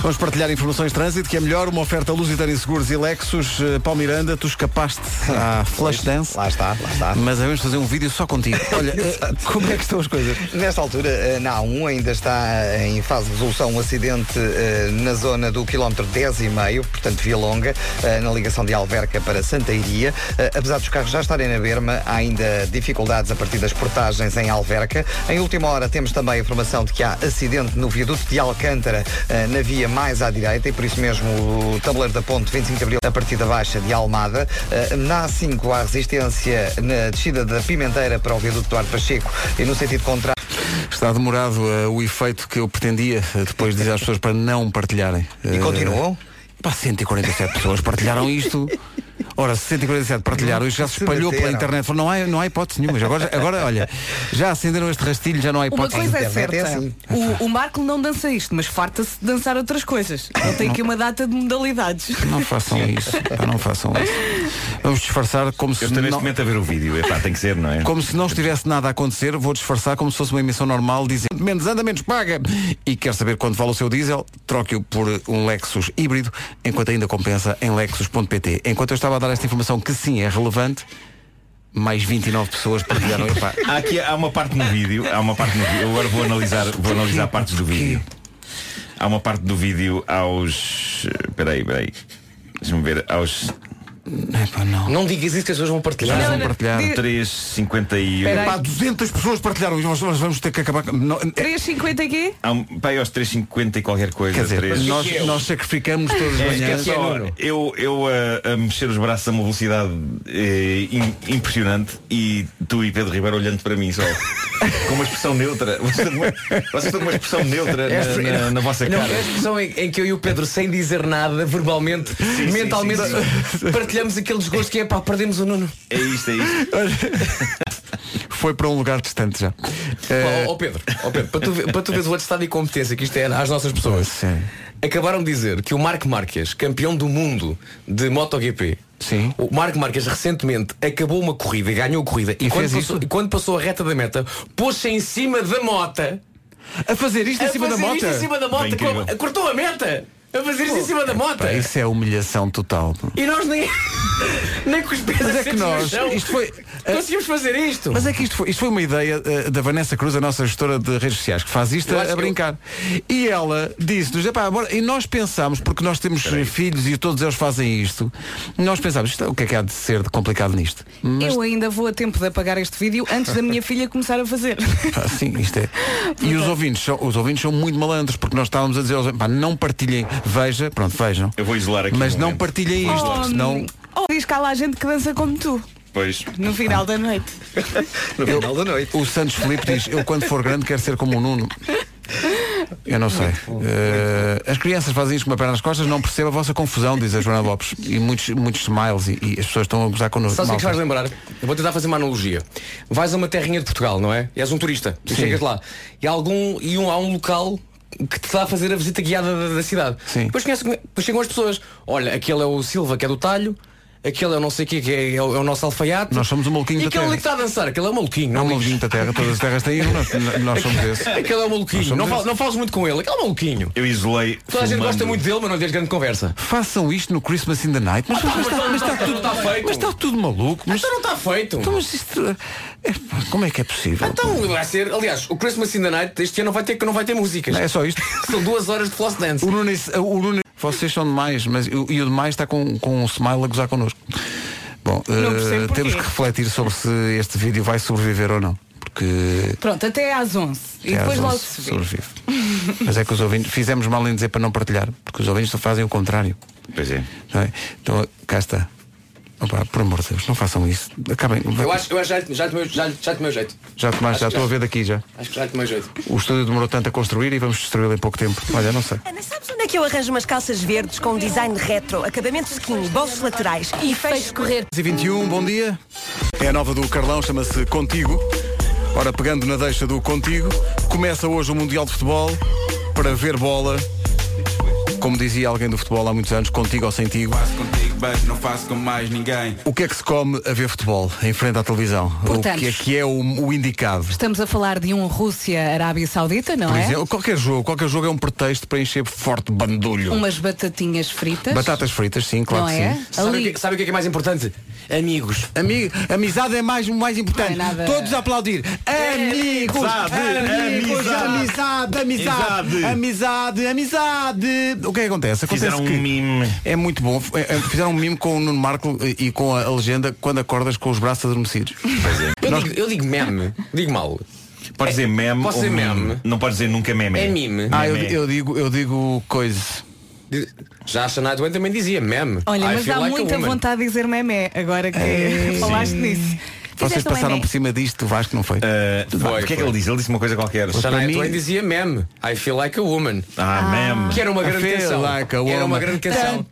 Vamos partilhar informações de trânsito, que é melhor uma oferta Lusitânia Seguros e Lexus. Eh, Paulo Miranda, tu escapaste à Flash Dance. Lá
está, lá está.
Mas vamos fazer um vídeo só contigo. Olha, eh, como é que estão as coisas?
Nesta altura, eh, na A1 ainda está eh, em fase de resolução um acidente eh, na zona do quilómetro 10 e meio, portanto Via Longa, eh, na ligação de Alverca para Santa Iria. Eh, Apesar dos carros já estarem na berma, há ainda dificuldades a partir das portagens em Alverca. Em última hora temos também a informação de que há acidente no viaduto de Alcântara, eh, na via mais à direita, e por isso mesmo o tabuleiro da ponte 25 de Abril, a partida baixa de Almada. Eh, Na A5 há resistência na descida da Pimenteira para o viaduto do Ar Pacheco e no sentido contrário.
Está demorado eh, o efeito que eu pretendia eh, depois de dizer às pessoas para não partilharem.
E
Eh,
continuam?
Pá, 147 pessoas partilharam isto. Ora, 147 partilharam isto, já se espalhou pela
Debateram.
internet. Falou, não, há, não há hipótese nenhuma. Já Agora, agora, olha, já acenderam este rastilho, já não há
Uma
hipótese
coisa é
nenhuma.
certa,
assim.
o, o Marco não dança isto, mas farta-se de dançar outras coisas. Ele tem aqui uma data de modalidades.
Não façam isso, pá, não façam isso. Vamos disfarçar como se
Eu estou neste
não...
momento a ver o vídeo. Epá, tem que ser, não é?
Como se não estivesse nada a acontecer, vou disfarçar como se fosse uma emissão normal, dizendo menos anda, menos paga. E quer saber quanto vale o seu diesel? Troque-o por um Lexus híbrido, enquanto ainda compensa em lexus.pt. Enquanto eu estava a dar esta informação que sim é relevante, mais 29 pessoas partilharam. Epá,
Há aqui há uma parte no vídeo, há uma parte no vídeo. Eu agora vou analisar, vou analisar partes do vídeo. Há uma parte do vídeo aos. Peraí, peraí. Deixa-me ver. Aos
não.
digas isso que as pessoas vão partilhar.
Não, não, di-
3,51.
Pá, 200 pessoas partilharam isto, nós, nós vamos ter que acabar. com- não, é-
3,50 quê?
Há um- Pá, aí aos 3,50 e qualquer coisa.
Quer dizer,
três.
nós, nós sacrificamos todas as
É,
manhãs.
só, eu eu eh, a, a mexer os braços a uma velocidade eh, im- impressionante e tu e Pedro Ribeiro olhando para mim só com uma expressão neutra. Vocês estão com uma- vocês estão com uma expressão neutra na, na- É,
é
na vossa
Não, é
cara.
a expressão em, em que eu e o Pedro, sem dizer nada, verbalmente,
sim,
mentalmente,
sim,
partilhamos aquele desgosto que é pá, perdemos o Nuno.
É isto, é isto.
Foi para um lugar distante já.
Ó ó Pedro, ó Pedro para, tu, ver- para tu veres o outro estado de incompetência que isto é às nossas pessoas. Acabaram de dizer que o Marco Marques, campeão do mundo de MotoGP,
Sim.
o Marco Marques recentemente acabou uma corrida, ganhou a corrida e,
E
quando,
fez
passou,
isso?
e quando passou a reta da meta, pôs-se em cima da mota.
Eh, A fazer isto
em cima da
Isto
mota?
em cima da
Bem
mota,
incrível.
com- cortou a meta! A fazer isto em cima da mota!
Pá, isso é humilhação total.
E nós nem. nem com os pés
Mas é
assentos
que
no
nós-
chão.
isto foi-
Conseguimos fazer isto!
Mas é que isto foi, isto foi uma ideia eh, da Vanessa Cruz, a nossa gestora de redes sociais, que faz isto
Eu
a,
acho
a
que
brincar. E ela disse-nos, "Epá, bora." e nós pensámos, porque nós temos filhos e todos eles fazem isto, nós pensámos, "Isto- o que é que há de ser de complicado nisto?
Eu ainda vou a tempo de apagar este vídeo antes da minha filha começar a fazer.
Pá, sim, isto é. E os ouvintes, são, os ouvintes são muito malandros, porque nós estávamos a dizer aos pá, não partilhem, veja, pronto, vejam.
Eu vou isolar aqui.
Mas
um
não
momento.
partilhem isto,
Oh,
senão.
Ou diz cá lá a gente que dança como tu,
Pois.
no final da noite.
No final da noite. O Santos Felipe diz, eu quando for grande quero ser como o Nuno. Eu não sei. Eh, as crianças fazem isto com uma perna nas costas, não percebo a vossa confusão, diz a Joana Lopes. E muitos, muitos smiles e, e as pessoas estão a gozar connosco.
Sabes o que é que
Malta.
vais lembrar? Eu vou tentar fazer uma analogia. Vais a uma terrinha de Portugal, não é? E és um turista. E
Sim.
chegas lá. E, algum, e um, há um local que te dá a fazer a visita guiada da, da cidade.
Sim.
Depois, conhece, depois chegam as pessoas. Olha, aquele é o Silva, que é do Talho. Aquele é o não sei o quê, que é, é o, é o nosso alfaiate.
Nós somos o maluquinho
E
da
aquele
terra.
ali que está a dançar. Aquele é o maluquinho.
É
Não
um
ligues.
maluquinho da terra, todas as terras têm um, nós, nós somos esse.
Aquele é o
Nós
maluquinho.
somos
Não, fal-
esse.
não falas muito com ele. Aquele é o maluquinho.
Eu isolei.
Toda a gente
filmando.
gosta muito dele, mas não tens grande conversa.
Façam isto no Christmas in the Night. Mas,
Ah, tá,
mas
mas
está,
não
mas
tá-
está tudo,
não tá feito.
mas está tudo maluco. Mas,
Então não está feito.
Então, mas isto, é, pá, como é que é possível?
Então vai ser, aliás, o Christmas in the Night este ano não vai ter, não vai ter músicas.
Não, é só isto.
São duas horas de floss dance.
O Nuno, o Nuno- vocês são demais, mas eu- e o demais está com, com um smile a gozar connosco. Bom, eh,
percebo porquê.
temos que refletir sobre se este vídeo vai sobreviver ou não. Porque
Pronto, até às 11. E
até às
depois logo
11
se vê.
sobrevive. Mas é que os ouvintes fizemos mal em dizer para não partilhar, porque os ouvintes fazem o contrário.
Pois é.
não é? Então cá está. Opa, por amor de Deus, não façam isso. Acabem.
Eu acho, eu acho já, já, tomei, já, já tomei o jeito.
Já tomaste, já
Acho que
estou a ver daqui já.
Acho que já tomei o jeito.
O estúdio demorou tanto a construir e vamos destruí-lo em pouco tempo. Olha, não sei.
Ana, sabes onde é que eu arranjo umas calças verdes com um design retro, acabamento skinny, bolsos laterais e feitos correr?
21, bom dia. É a nova do Carlão, chama-se Contigo. Ora, pegando na deixa do Contigo, começa hoje o Mundial de Futebol para ver bola. Como dizia alguém do futebol há muitos anos, contigo ou sem tigo.
contigo, baby, não faço com mais ninguém.
O que é que se come a ver futebol em frente à televisão?
Portanto.
o que é que é o, o indicado?
Estamos a falar de um Rússia-Arábia Saudita, não
Por
é?
exemplo, qualquer jogo, qualquer jogo é um pretexto para encher forte bandulho.
Umas batatinhas fritas.
Batatas fritas, sim, claro
Não
que
é?
sim.
Sabe Ali. o que-
é mais importante? Amigos.
Ami amizade é mais, mais importante.
Não é nada. É,
Todos a aplaudir. Amigos! Amigos! Amizade! Amizade! Amizade! Amizade! O que é que acontece? acontece
Fizeram um
que
mime.
É muito bom. É, é, Fizeram um mime com o Nuno Marco e- e com a, a legenda quando acordas com os braços adormecidos.
Eu, digo, eu digo meme. Digo mal.
Pode dizer meme.
Posso
ou
dizer
mime.
meme?
Não pode dizer nunca um meme.
É mime.
Ah, eu,
Meme.
eu digo, eu digo coisa.
Já a Shania Twain também dizia meme.
Olha,
I
mas
feel
dá
like a
muita
woman.
vontade de dizer memé agora que
É,
falaste
sim.
nisso.
Vocês
Fizeste um
passaram
memé.
por cima disto, Vasco, não foi?
o que é que ele disse? Ele disse uma coisa qualquer.
Shania Twain dizia meme. I feel like a woman.
Ah, meme.
Que era uma
I
grande
feel
canção.
like a
Que Era uma
woman.
grande canção.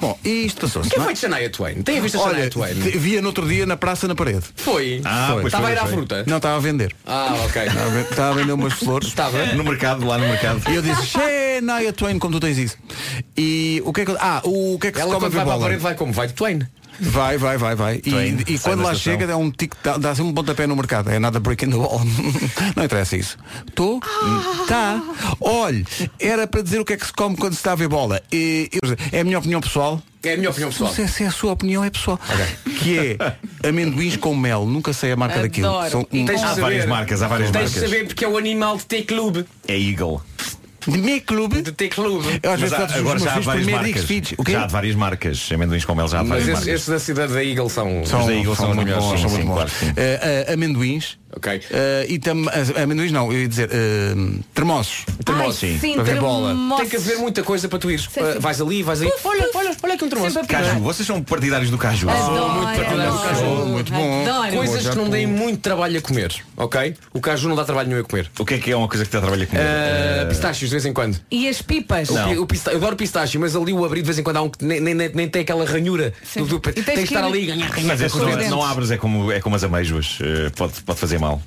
Bom, e isto passou-se.
Quem
não é?
foi de Shania Twain? Tem visto a Shania
Olha,
Twain?
te- Via no outro dia na praça na parede.
Foi.
Foi.
Estava a ir à fruta.
Não, estava a vender.
Ah, ok.
Estava a ven- Estava a vender umas flores.
Estava.
No mercado, lá no mercado.
E eu disse, Shania Twain, como tu tens isso. E o que é que. Ah, o que é que
Ela
se come
quando vai
a ver
para a
bola?
parede vai como? Vai de Twain.
Vai, vai, vai, vai. E-
Twain,
E,
sai
quando
da
lá
estação.
chega, dá um tic, dá, dá-se um pontapé no mercado. É nada breaking the wall. Não interessa isso. Tu? Tá. Olhe, era para dizer o que é que se come quando se está a ver bola. E, eu- é a minha opinião pessoal.
É a minha opinião pessoal.
Não sei se é a sua opinião, é pessoal. Que é amendoins com mel. Nunca sei a marca daquilo. São um-
Tens de
Há
saber.
várias marcas, há várias
Tens de
marcas.
saber porque é o animal de T-Clube.
É Eagle.
De T-Clube? De
T-Clube.
Eu às vezes
Mas há-
trato os
agora
meus
já há
filhos por
várias
Merdix
marcas.
Filhos. O quê?
Já há de várias marcas. Amendoins com mel já há de várias
Mas esses,
marcas.
esses da cidade da Eagle são.
São- Os da Eagle são são os muito melhores, bons, sim, são muito sim, bons. claro
Eh, eh, amendoins.
Ok.
e tam, ah, amendoins não, eu ia dizer eh, termossos.
Termossos,
Ai,
sim.
Para ver bola.
Tem que haver muita coisa para tu ires.
Sim,
Uh,
sim.
Vais ali, vais aí.
Puf,
olha, olha, olha aqui um termoço.
Caju, vocês são partidários do caju.
Sou muito partidário do caju.
Muito bom.
Adoro. Coisas que não deem muito trabalho a comer, ok? O caju não dá trabalho nenhum a comer.
O que é que é uma coisa que dá trabalho a comer?
Ah, pistachios de vez em quando.
E as pipas?
O pi- o pista- eu adoro pistácio, mas ali o abrir de vez em quando há um que nem, nem- nem- nem tem aquela ranhura do, do
E tens
tem que
que
estar
ir-
ali
Mas esse não, não abres, é como, é como as amêijoas. eh, pode, pode fazer mal.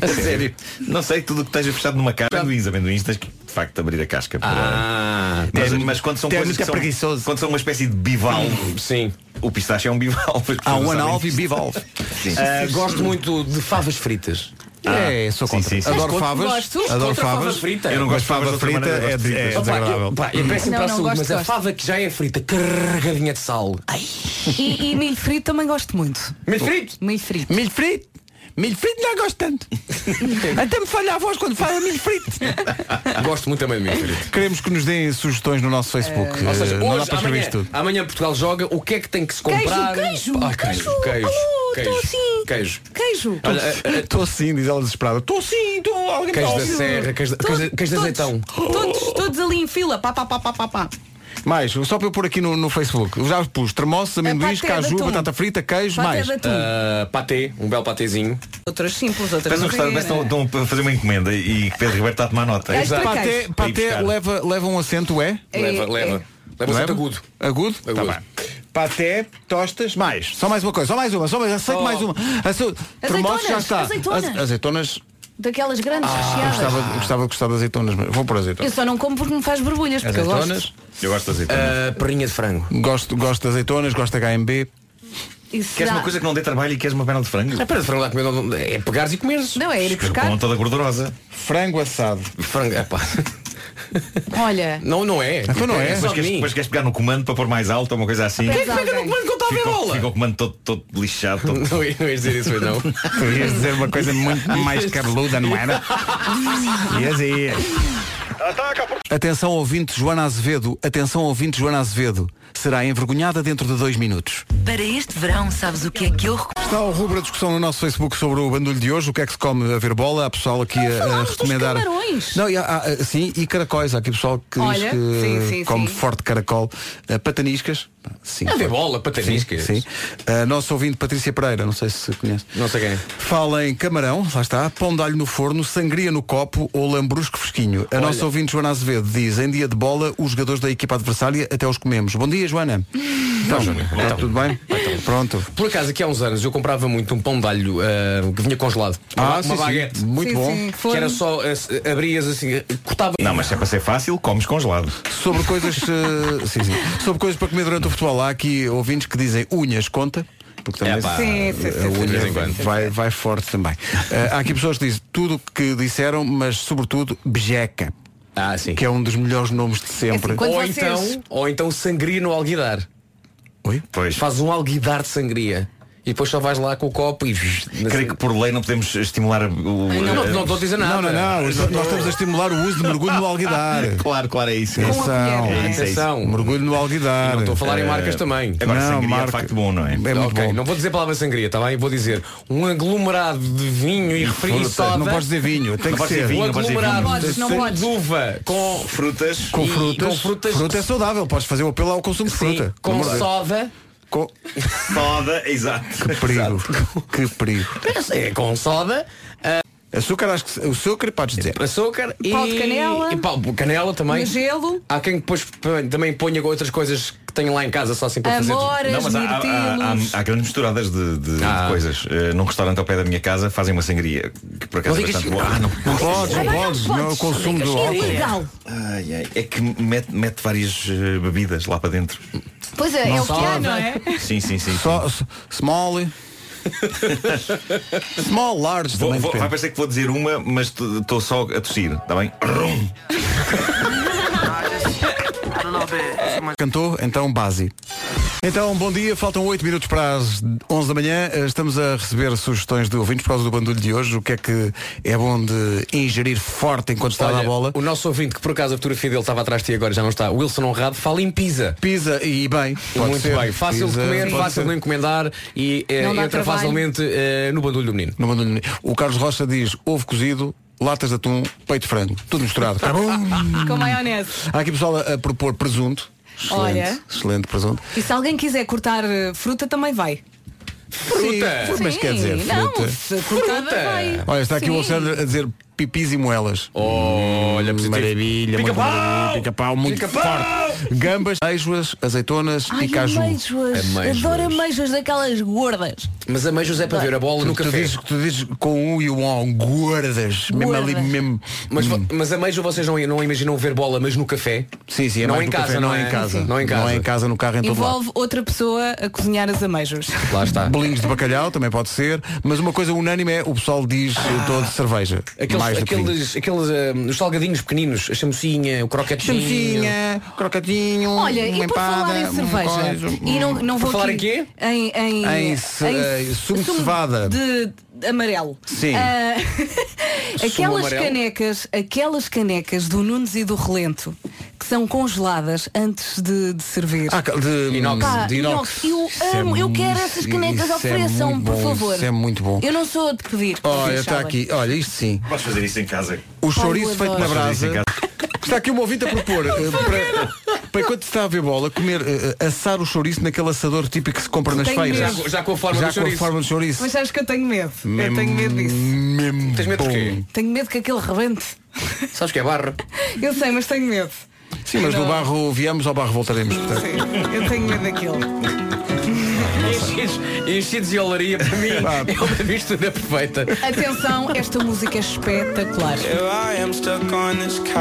A sério?
Não sei, tudo o que esteja fechado numa casca, amendoins, amendoins, tens que de facto abrir a casca para.
Ah,
mas,
tem-
mas quando são
tem
coisas
muita
que é são, quando são uma espécie de bivalve,
sim.
O pistache é um bivalve. as
Há
pessoas
um
não sabem
analve e
disso.
bivalve.
Sim. um
Ah, gosto muito de favas fritas.
É, sou contra.
sim, sim.
Adoro
Mas
favas.
gosto.
Adoro
Contra a fava
favas.
frita.
Eu não gosto de fava frita, é, de- é
Opa,
desagradável.
eu- pá, é péssimo
Não,
para a
não,
saúde,
gosto,
mas a
gosto.
fava que já é frita, carregadinha de sal. Ai,
E, e milho frito também gosto muito.
Milho frito?
Milho frito.
Milho frito? Milho frito não gosto tanto. Até me falha a voz quando fala milho frito.
Ah, gosto muito também de milho frito.
Queremos que nos deem sugestões no nosso Facebook.
Ou
Eh,
seja,
não dá
hoje,
para escrever
amanhã,
isto tudo.
amanhã Portugal joga, o que é que tem que se
Queijo,
comprar?
queijo,
Ah, queijo,
queijo.
queijo,
Oh,
queijo,
tô assim.
queijo.
Queijo.
Olha, eh,
Estou assim, diz ela desesperada. Estou assim, estou alguém
Queijo
me
da
ouve?
serra, queijo, da- queijo, da- queijo de azeitão.
Todos, todos ali em fila. Pá, pá, pá, pá, pá, pá.
Mais, só para eu pôr aqui no, no Facebook. Eu Já pus termossos, amendoins,
É patê de
caju,
atum.
batata frita, queijo,
Patê
mais.
de atum.
Ah, patê, um belo patezinho.
Outras simples, outras
Parece um restaurante, parece que estão, estão a fazer uma encomenda e que Pedro Roberto está a tomar nota.
Paté,
É Para ir
paté
buscar.
leva, leva um acento, é?
É, Leva, é. leva.
Leva um acento agudo.
Agudo? Tá bem. Paté, tostas, mais. Só mais uma coisa, só mais uma, só mais, aceito mais uma. Aceito, termossos já está.
Oh. azeitonas. Ah.
Aze- Azeitonas.
Daquelas grandes
Ah,
Eu
recheadas.
gostava, eu gostava de gostar de azeitonas, mas vou pôr
Eu
azeitonas.
só não como porque me faz borbulhas, porque eu gosto.
Eu gosto de azeitonas.
perrinha Ah, de frango.
Gosto, gosto de azeitonas, gosto de HMB.
Isso
Queres
dá-
uma coisa que não dê trabalho e queres uma perna de frango?
A perna de frango dá comer, não- é pegares e comeres.
Não, é ir buscar.
Com toda gordurosa.
Frango assado.
Frango, é epá.
Olha.
Não, não
Ah,
é.
então
Depois queres, depois queres pegar no comando para pôr mais alto ou uma coisa assim.
Quem é que pega no comando quando está a ver
Ficou-
bola?
Ficou o comando todo, todo lixado. Todo...
Não, ia- não ias dizer isso, pois não.
Tu ias dizer É uma coisa muito mais cabeluda, não era? Ias aí. Atenção ouvinte Joana Azevedo, atenção ouvinte Joana Azevedo, será envergonhada dentro de dois minutos.
Para este verão, sabes o que é que eu recomendo?
Está o rubro a discussão no nosso Facebook sobre o bandulho de hoje, o que é que se come a ver bola, há pessoal aqui a, a recomendar.
camarões.
Não, e há- há- eh, sim, e caracóis, há aqui pessoal que
Olha,
diz que eh,
sim, sim,
come
sim.
forte caracol, Ah, pataniscas. Sim,
A ver
forte.
bola, pataniscas.
Sim, sim. Ah, nosso ouvinte Patrícia Pereira, não sei se conhece.
Não sei quem.
Fala em camarão, lá está, pão de alho no forno, sangria no copo ou lambrusco fresquinho. A
Olha.
nossa ouvinte Joana Azevedo diz, em dia de bola, os jogadores da equipa adversária até os comemos. Bom dia, Joana. Então, está tudo bem? Pronto.
Por acaso, aqui há uns anos eu comprava muito um pão de alho ah, que vinha congelado.
Ah,
uma
sim, sim.
baguete.
Muito Sim, bom. sim,
que
forno.
era só, ah, abrias assim, cortava.
Não, mas se é para ser fácil, comes congelado.
Sobre coisas, eh, sim, sim. Sobre coisas para comer durante o futebol, há aqui ouvintes que dizem unhas conta. Porque também
Epá,
Sim, sim, sim,
a
sim,
unha
sim, sim, sim.
vai, vai forte também. Eh, há aqui pessoas que dizem tudo o que disseram, mas sobretudo bejeca.
Ah, sim.
Que é um dos melhores nomes de sempre.
É assim, quando
ou,
vocês-
então, ou então sangria no alguidar.
Oi?
Pois.
Faz um alguidar de sangria. E depois só vais lá com o copo e.
Creio que por lei não podemos estimular o. eh,
Não, não, não estou a dizer nada.
Não, não, não. Nós estamos a estimular o uso de mergulho no alguidar.
Claro, claro, é isso.
Atenção,
É isso, é isso.
Atenção.
mergulho no alguidar.
Não estou a falar em
Eh,
marcas também.
Agora,
Não,
sangria é
marca-
de facto bom, não é?
É muito
Ok,
bom.
não vou dizer a palavra sangria, tá bem? Vou dizer um aglomerado de vinho e refri e
Fruta.
soda.
Não podes dizer vinho, tem
Não
que
podes dizer
ser.
vinho.
um
não podes dizer
aglomerado
vinho.
de
Não
sumo
podes.
de uva com
Frutas.
Com
e-
frutas.
com frutas-
Fruta é saudável, podes fazer o apelo ao consumo de
Sim,
fruta.
com
Vamos ver.
soda.
Com-
Soda, exato.
Que perigo. que perigo.
É, com soda,
Açúcar, acho que o açúcar podes dizer.
açúcar e.
Pau de canela.
E pau de canela também.
No gelo.
Há quem depois p- também ponha outras coisas que tenho lá em casa só assim para fazer.
Amor.
Não, mas há, há- há- há-
mirtilos.
há grandes misturadas de, de- de
Ah.
coisas. Eh, num restaurante ao pé da minha casa fazem uma sangria que por acaso
Não
é
digas
bastante boa.
que- Ah, não.
Não podes, não
Também não
podes. Não é o
podes.
consumo do
É
álcool.
ilegal.
Ai, ai, é que mete, mete várias eh, bebidas lá para dentro.
Pois é, é o que há,
sobe.
não é?
Sim, sim, sim.
Só, s- small. small, large
Vou-
também
vou- vai
depende.
parecer que vou dizer uma, tá mas estou só a tossir, está bem? Rum.
Cantou? Então, base. Então, bom dia. Faltam 8 minutos para as 11 da manhã. Eh, Estamos a receber sugestões de ouvintes por causa do bandulho de hoje. O que é que é bom de ingerir forte enquanto está na
Olha,
bola?
O nosso ouvinte, que por acaso a fotografia dele estava atrás de ti e agora já não está, Wilson Honrado, fala em pizza.
Pizza e bem. pode
Muito
ser.
bem. Fácil
Pizza,
de comer,
pode
fácil
ser.
de encomendar e eh,
Não dá
entra
trabalho.
facilmente eh, no bandulho do menino.
No bandulho do menino. O Carlos Rocha diz ovo cozido, latas de atum, peito de frango. Tudo misturado. Tá bom?
Com maionese.
Há aqui pessoal a, a propor presunto. Excelente,
Olha.
excelente presunto.
E se alguém quiser cortar eh, fruta, também vai.
Fruta! mas quer dizer,
Sim, não,
fruta.
se cortada vai.
Olha, está aqui um o
Sim.
Alexandre a dizer pipis e moelas. Olha, maravilha, muito
Pica-pau!
maravilha, pica-pau, muito
Pica-pau!
forte. Gambas, aleijoas, azeitonas
Ai,
e caju.
ameijoas. Adoro ameijoas daquelas gordas.
Mas ameijos é para ver a bola
tu,
no
tu
café.
Dizes, tu dizes com um e um on, gordas, mesmo ali,
Gordas.
mesmo.
Mas,
Hum.
vo- mas ameijo vocês não, não imaginam ver bola, mas no café?
Sim, sim, é
não
mais
em
no
casa,
café,
não,
não é em casa.
Não em casa.
Não é em casa, no carro, em todo lado.
Envolve outra pessoa a cozinhar as ameijos.
Lá está.
Bolinhos de bacalhau também pode ser, mas uma coisa unânime é o pessoal diz eh, todo cerveja.
Ah. Aqueles,
mais do que vinho.
aqueles, aqueles ah, os salgadinhos pequeninos, a chamucinha, o croquetinho.
Chamucinha, croquetinho,
Olha, e por falar
um
em cerveja, e não, não
Por
vou
falar
aqui-
em quê?
Em, em,
Em ce- em sumo de cevada.
de- de amarelo.
Sim.
Ah,
Sumo
aquelas
amarelo.
canecas, aquelas canecas do Nunes e do Relento que são congeladas antes de, de servir.
Ah, ca- de inox,
Pá,
de inox.
Ah, Eu
Isso é
amo, eu
mu-
quero essas canecas,
isso é
ofereçam,
muito
por
bom,
favor.
isso é muito bom.
Eu não sou de pedir.
Olha,
vocês
está
sabem.
aqui, olha, isto sim.
Podes fazer isso em casa.
O
Ai,
chouriço
eu
feito na
adoro.
brasa. Está aqui um ouvinte a propor eh, para,
um-
para enquanto se está a ver bola, comer, eh, assar o chouriço naquele assador típico que se compra nas
Tenho
feiras.
medo. Já com- já
com a forma
Já
do
com a
chouriço.
forma do chouriço.
Mas sabes que eu tenho medo. Eu tenho medo disso.
Mesmo
Tens medo
bom.
porquê?
Tenho medo que aquele rebente.
Sabes que é barro?
Eu sei, mas tenho medo.
Sim, mas
Não.
no barro viemos, ao barro voltaremos. portanto.
Eu tenho medo daquilo.
Enchidos, enchidos e olaria para mim é uma mistura perfeita.
Atenção, esta música é espetacular.
I am stuck on this couch.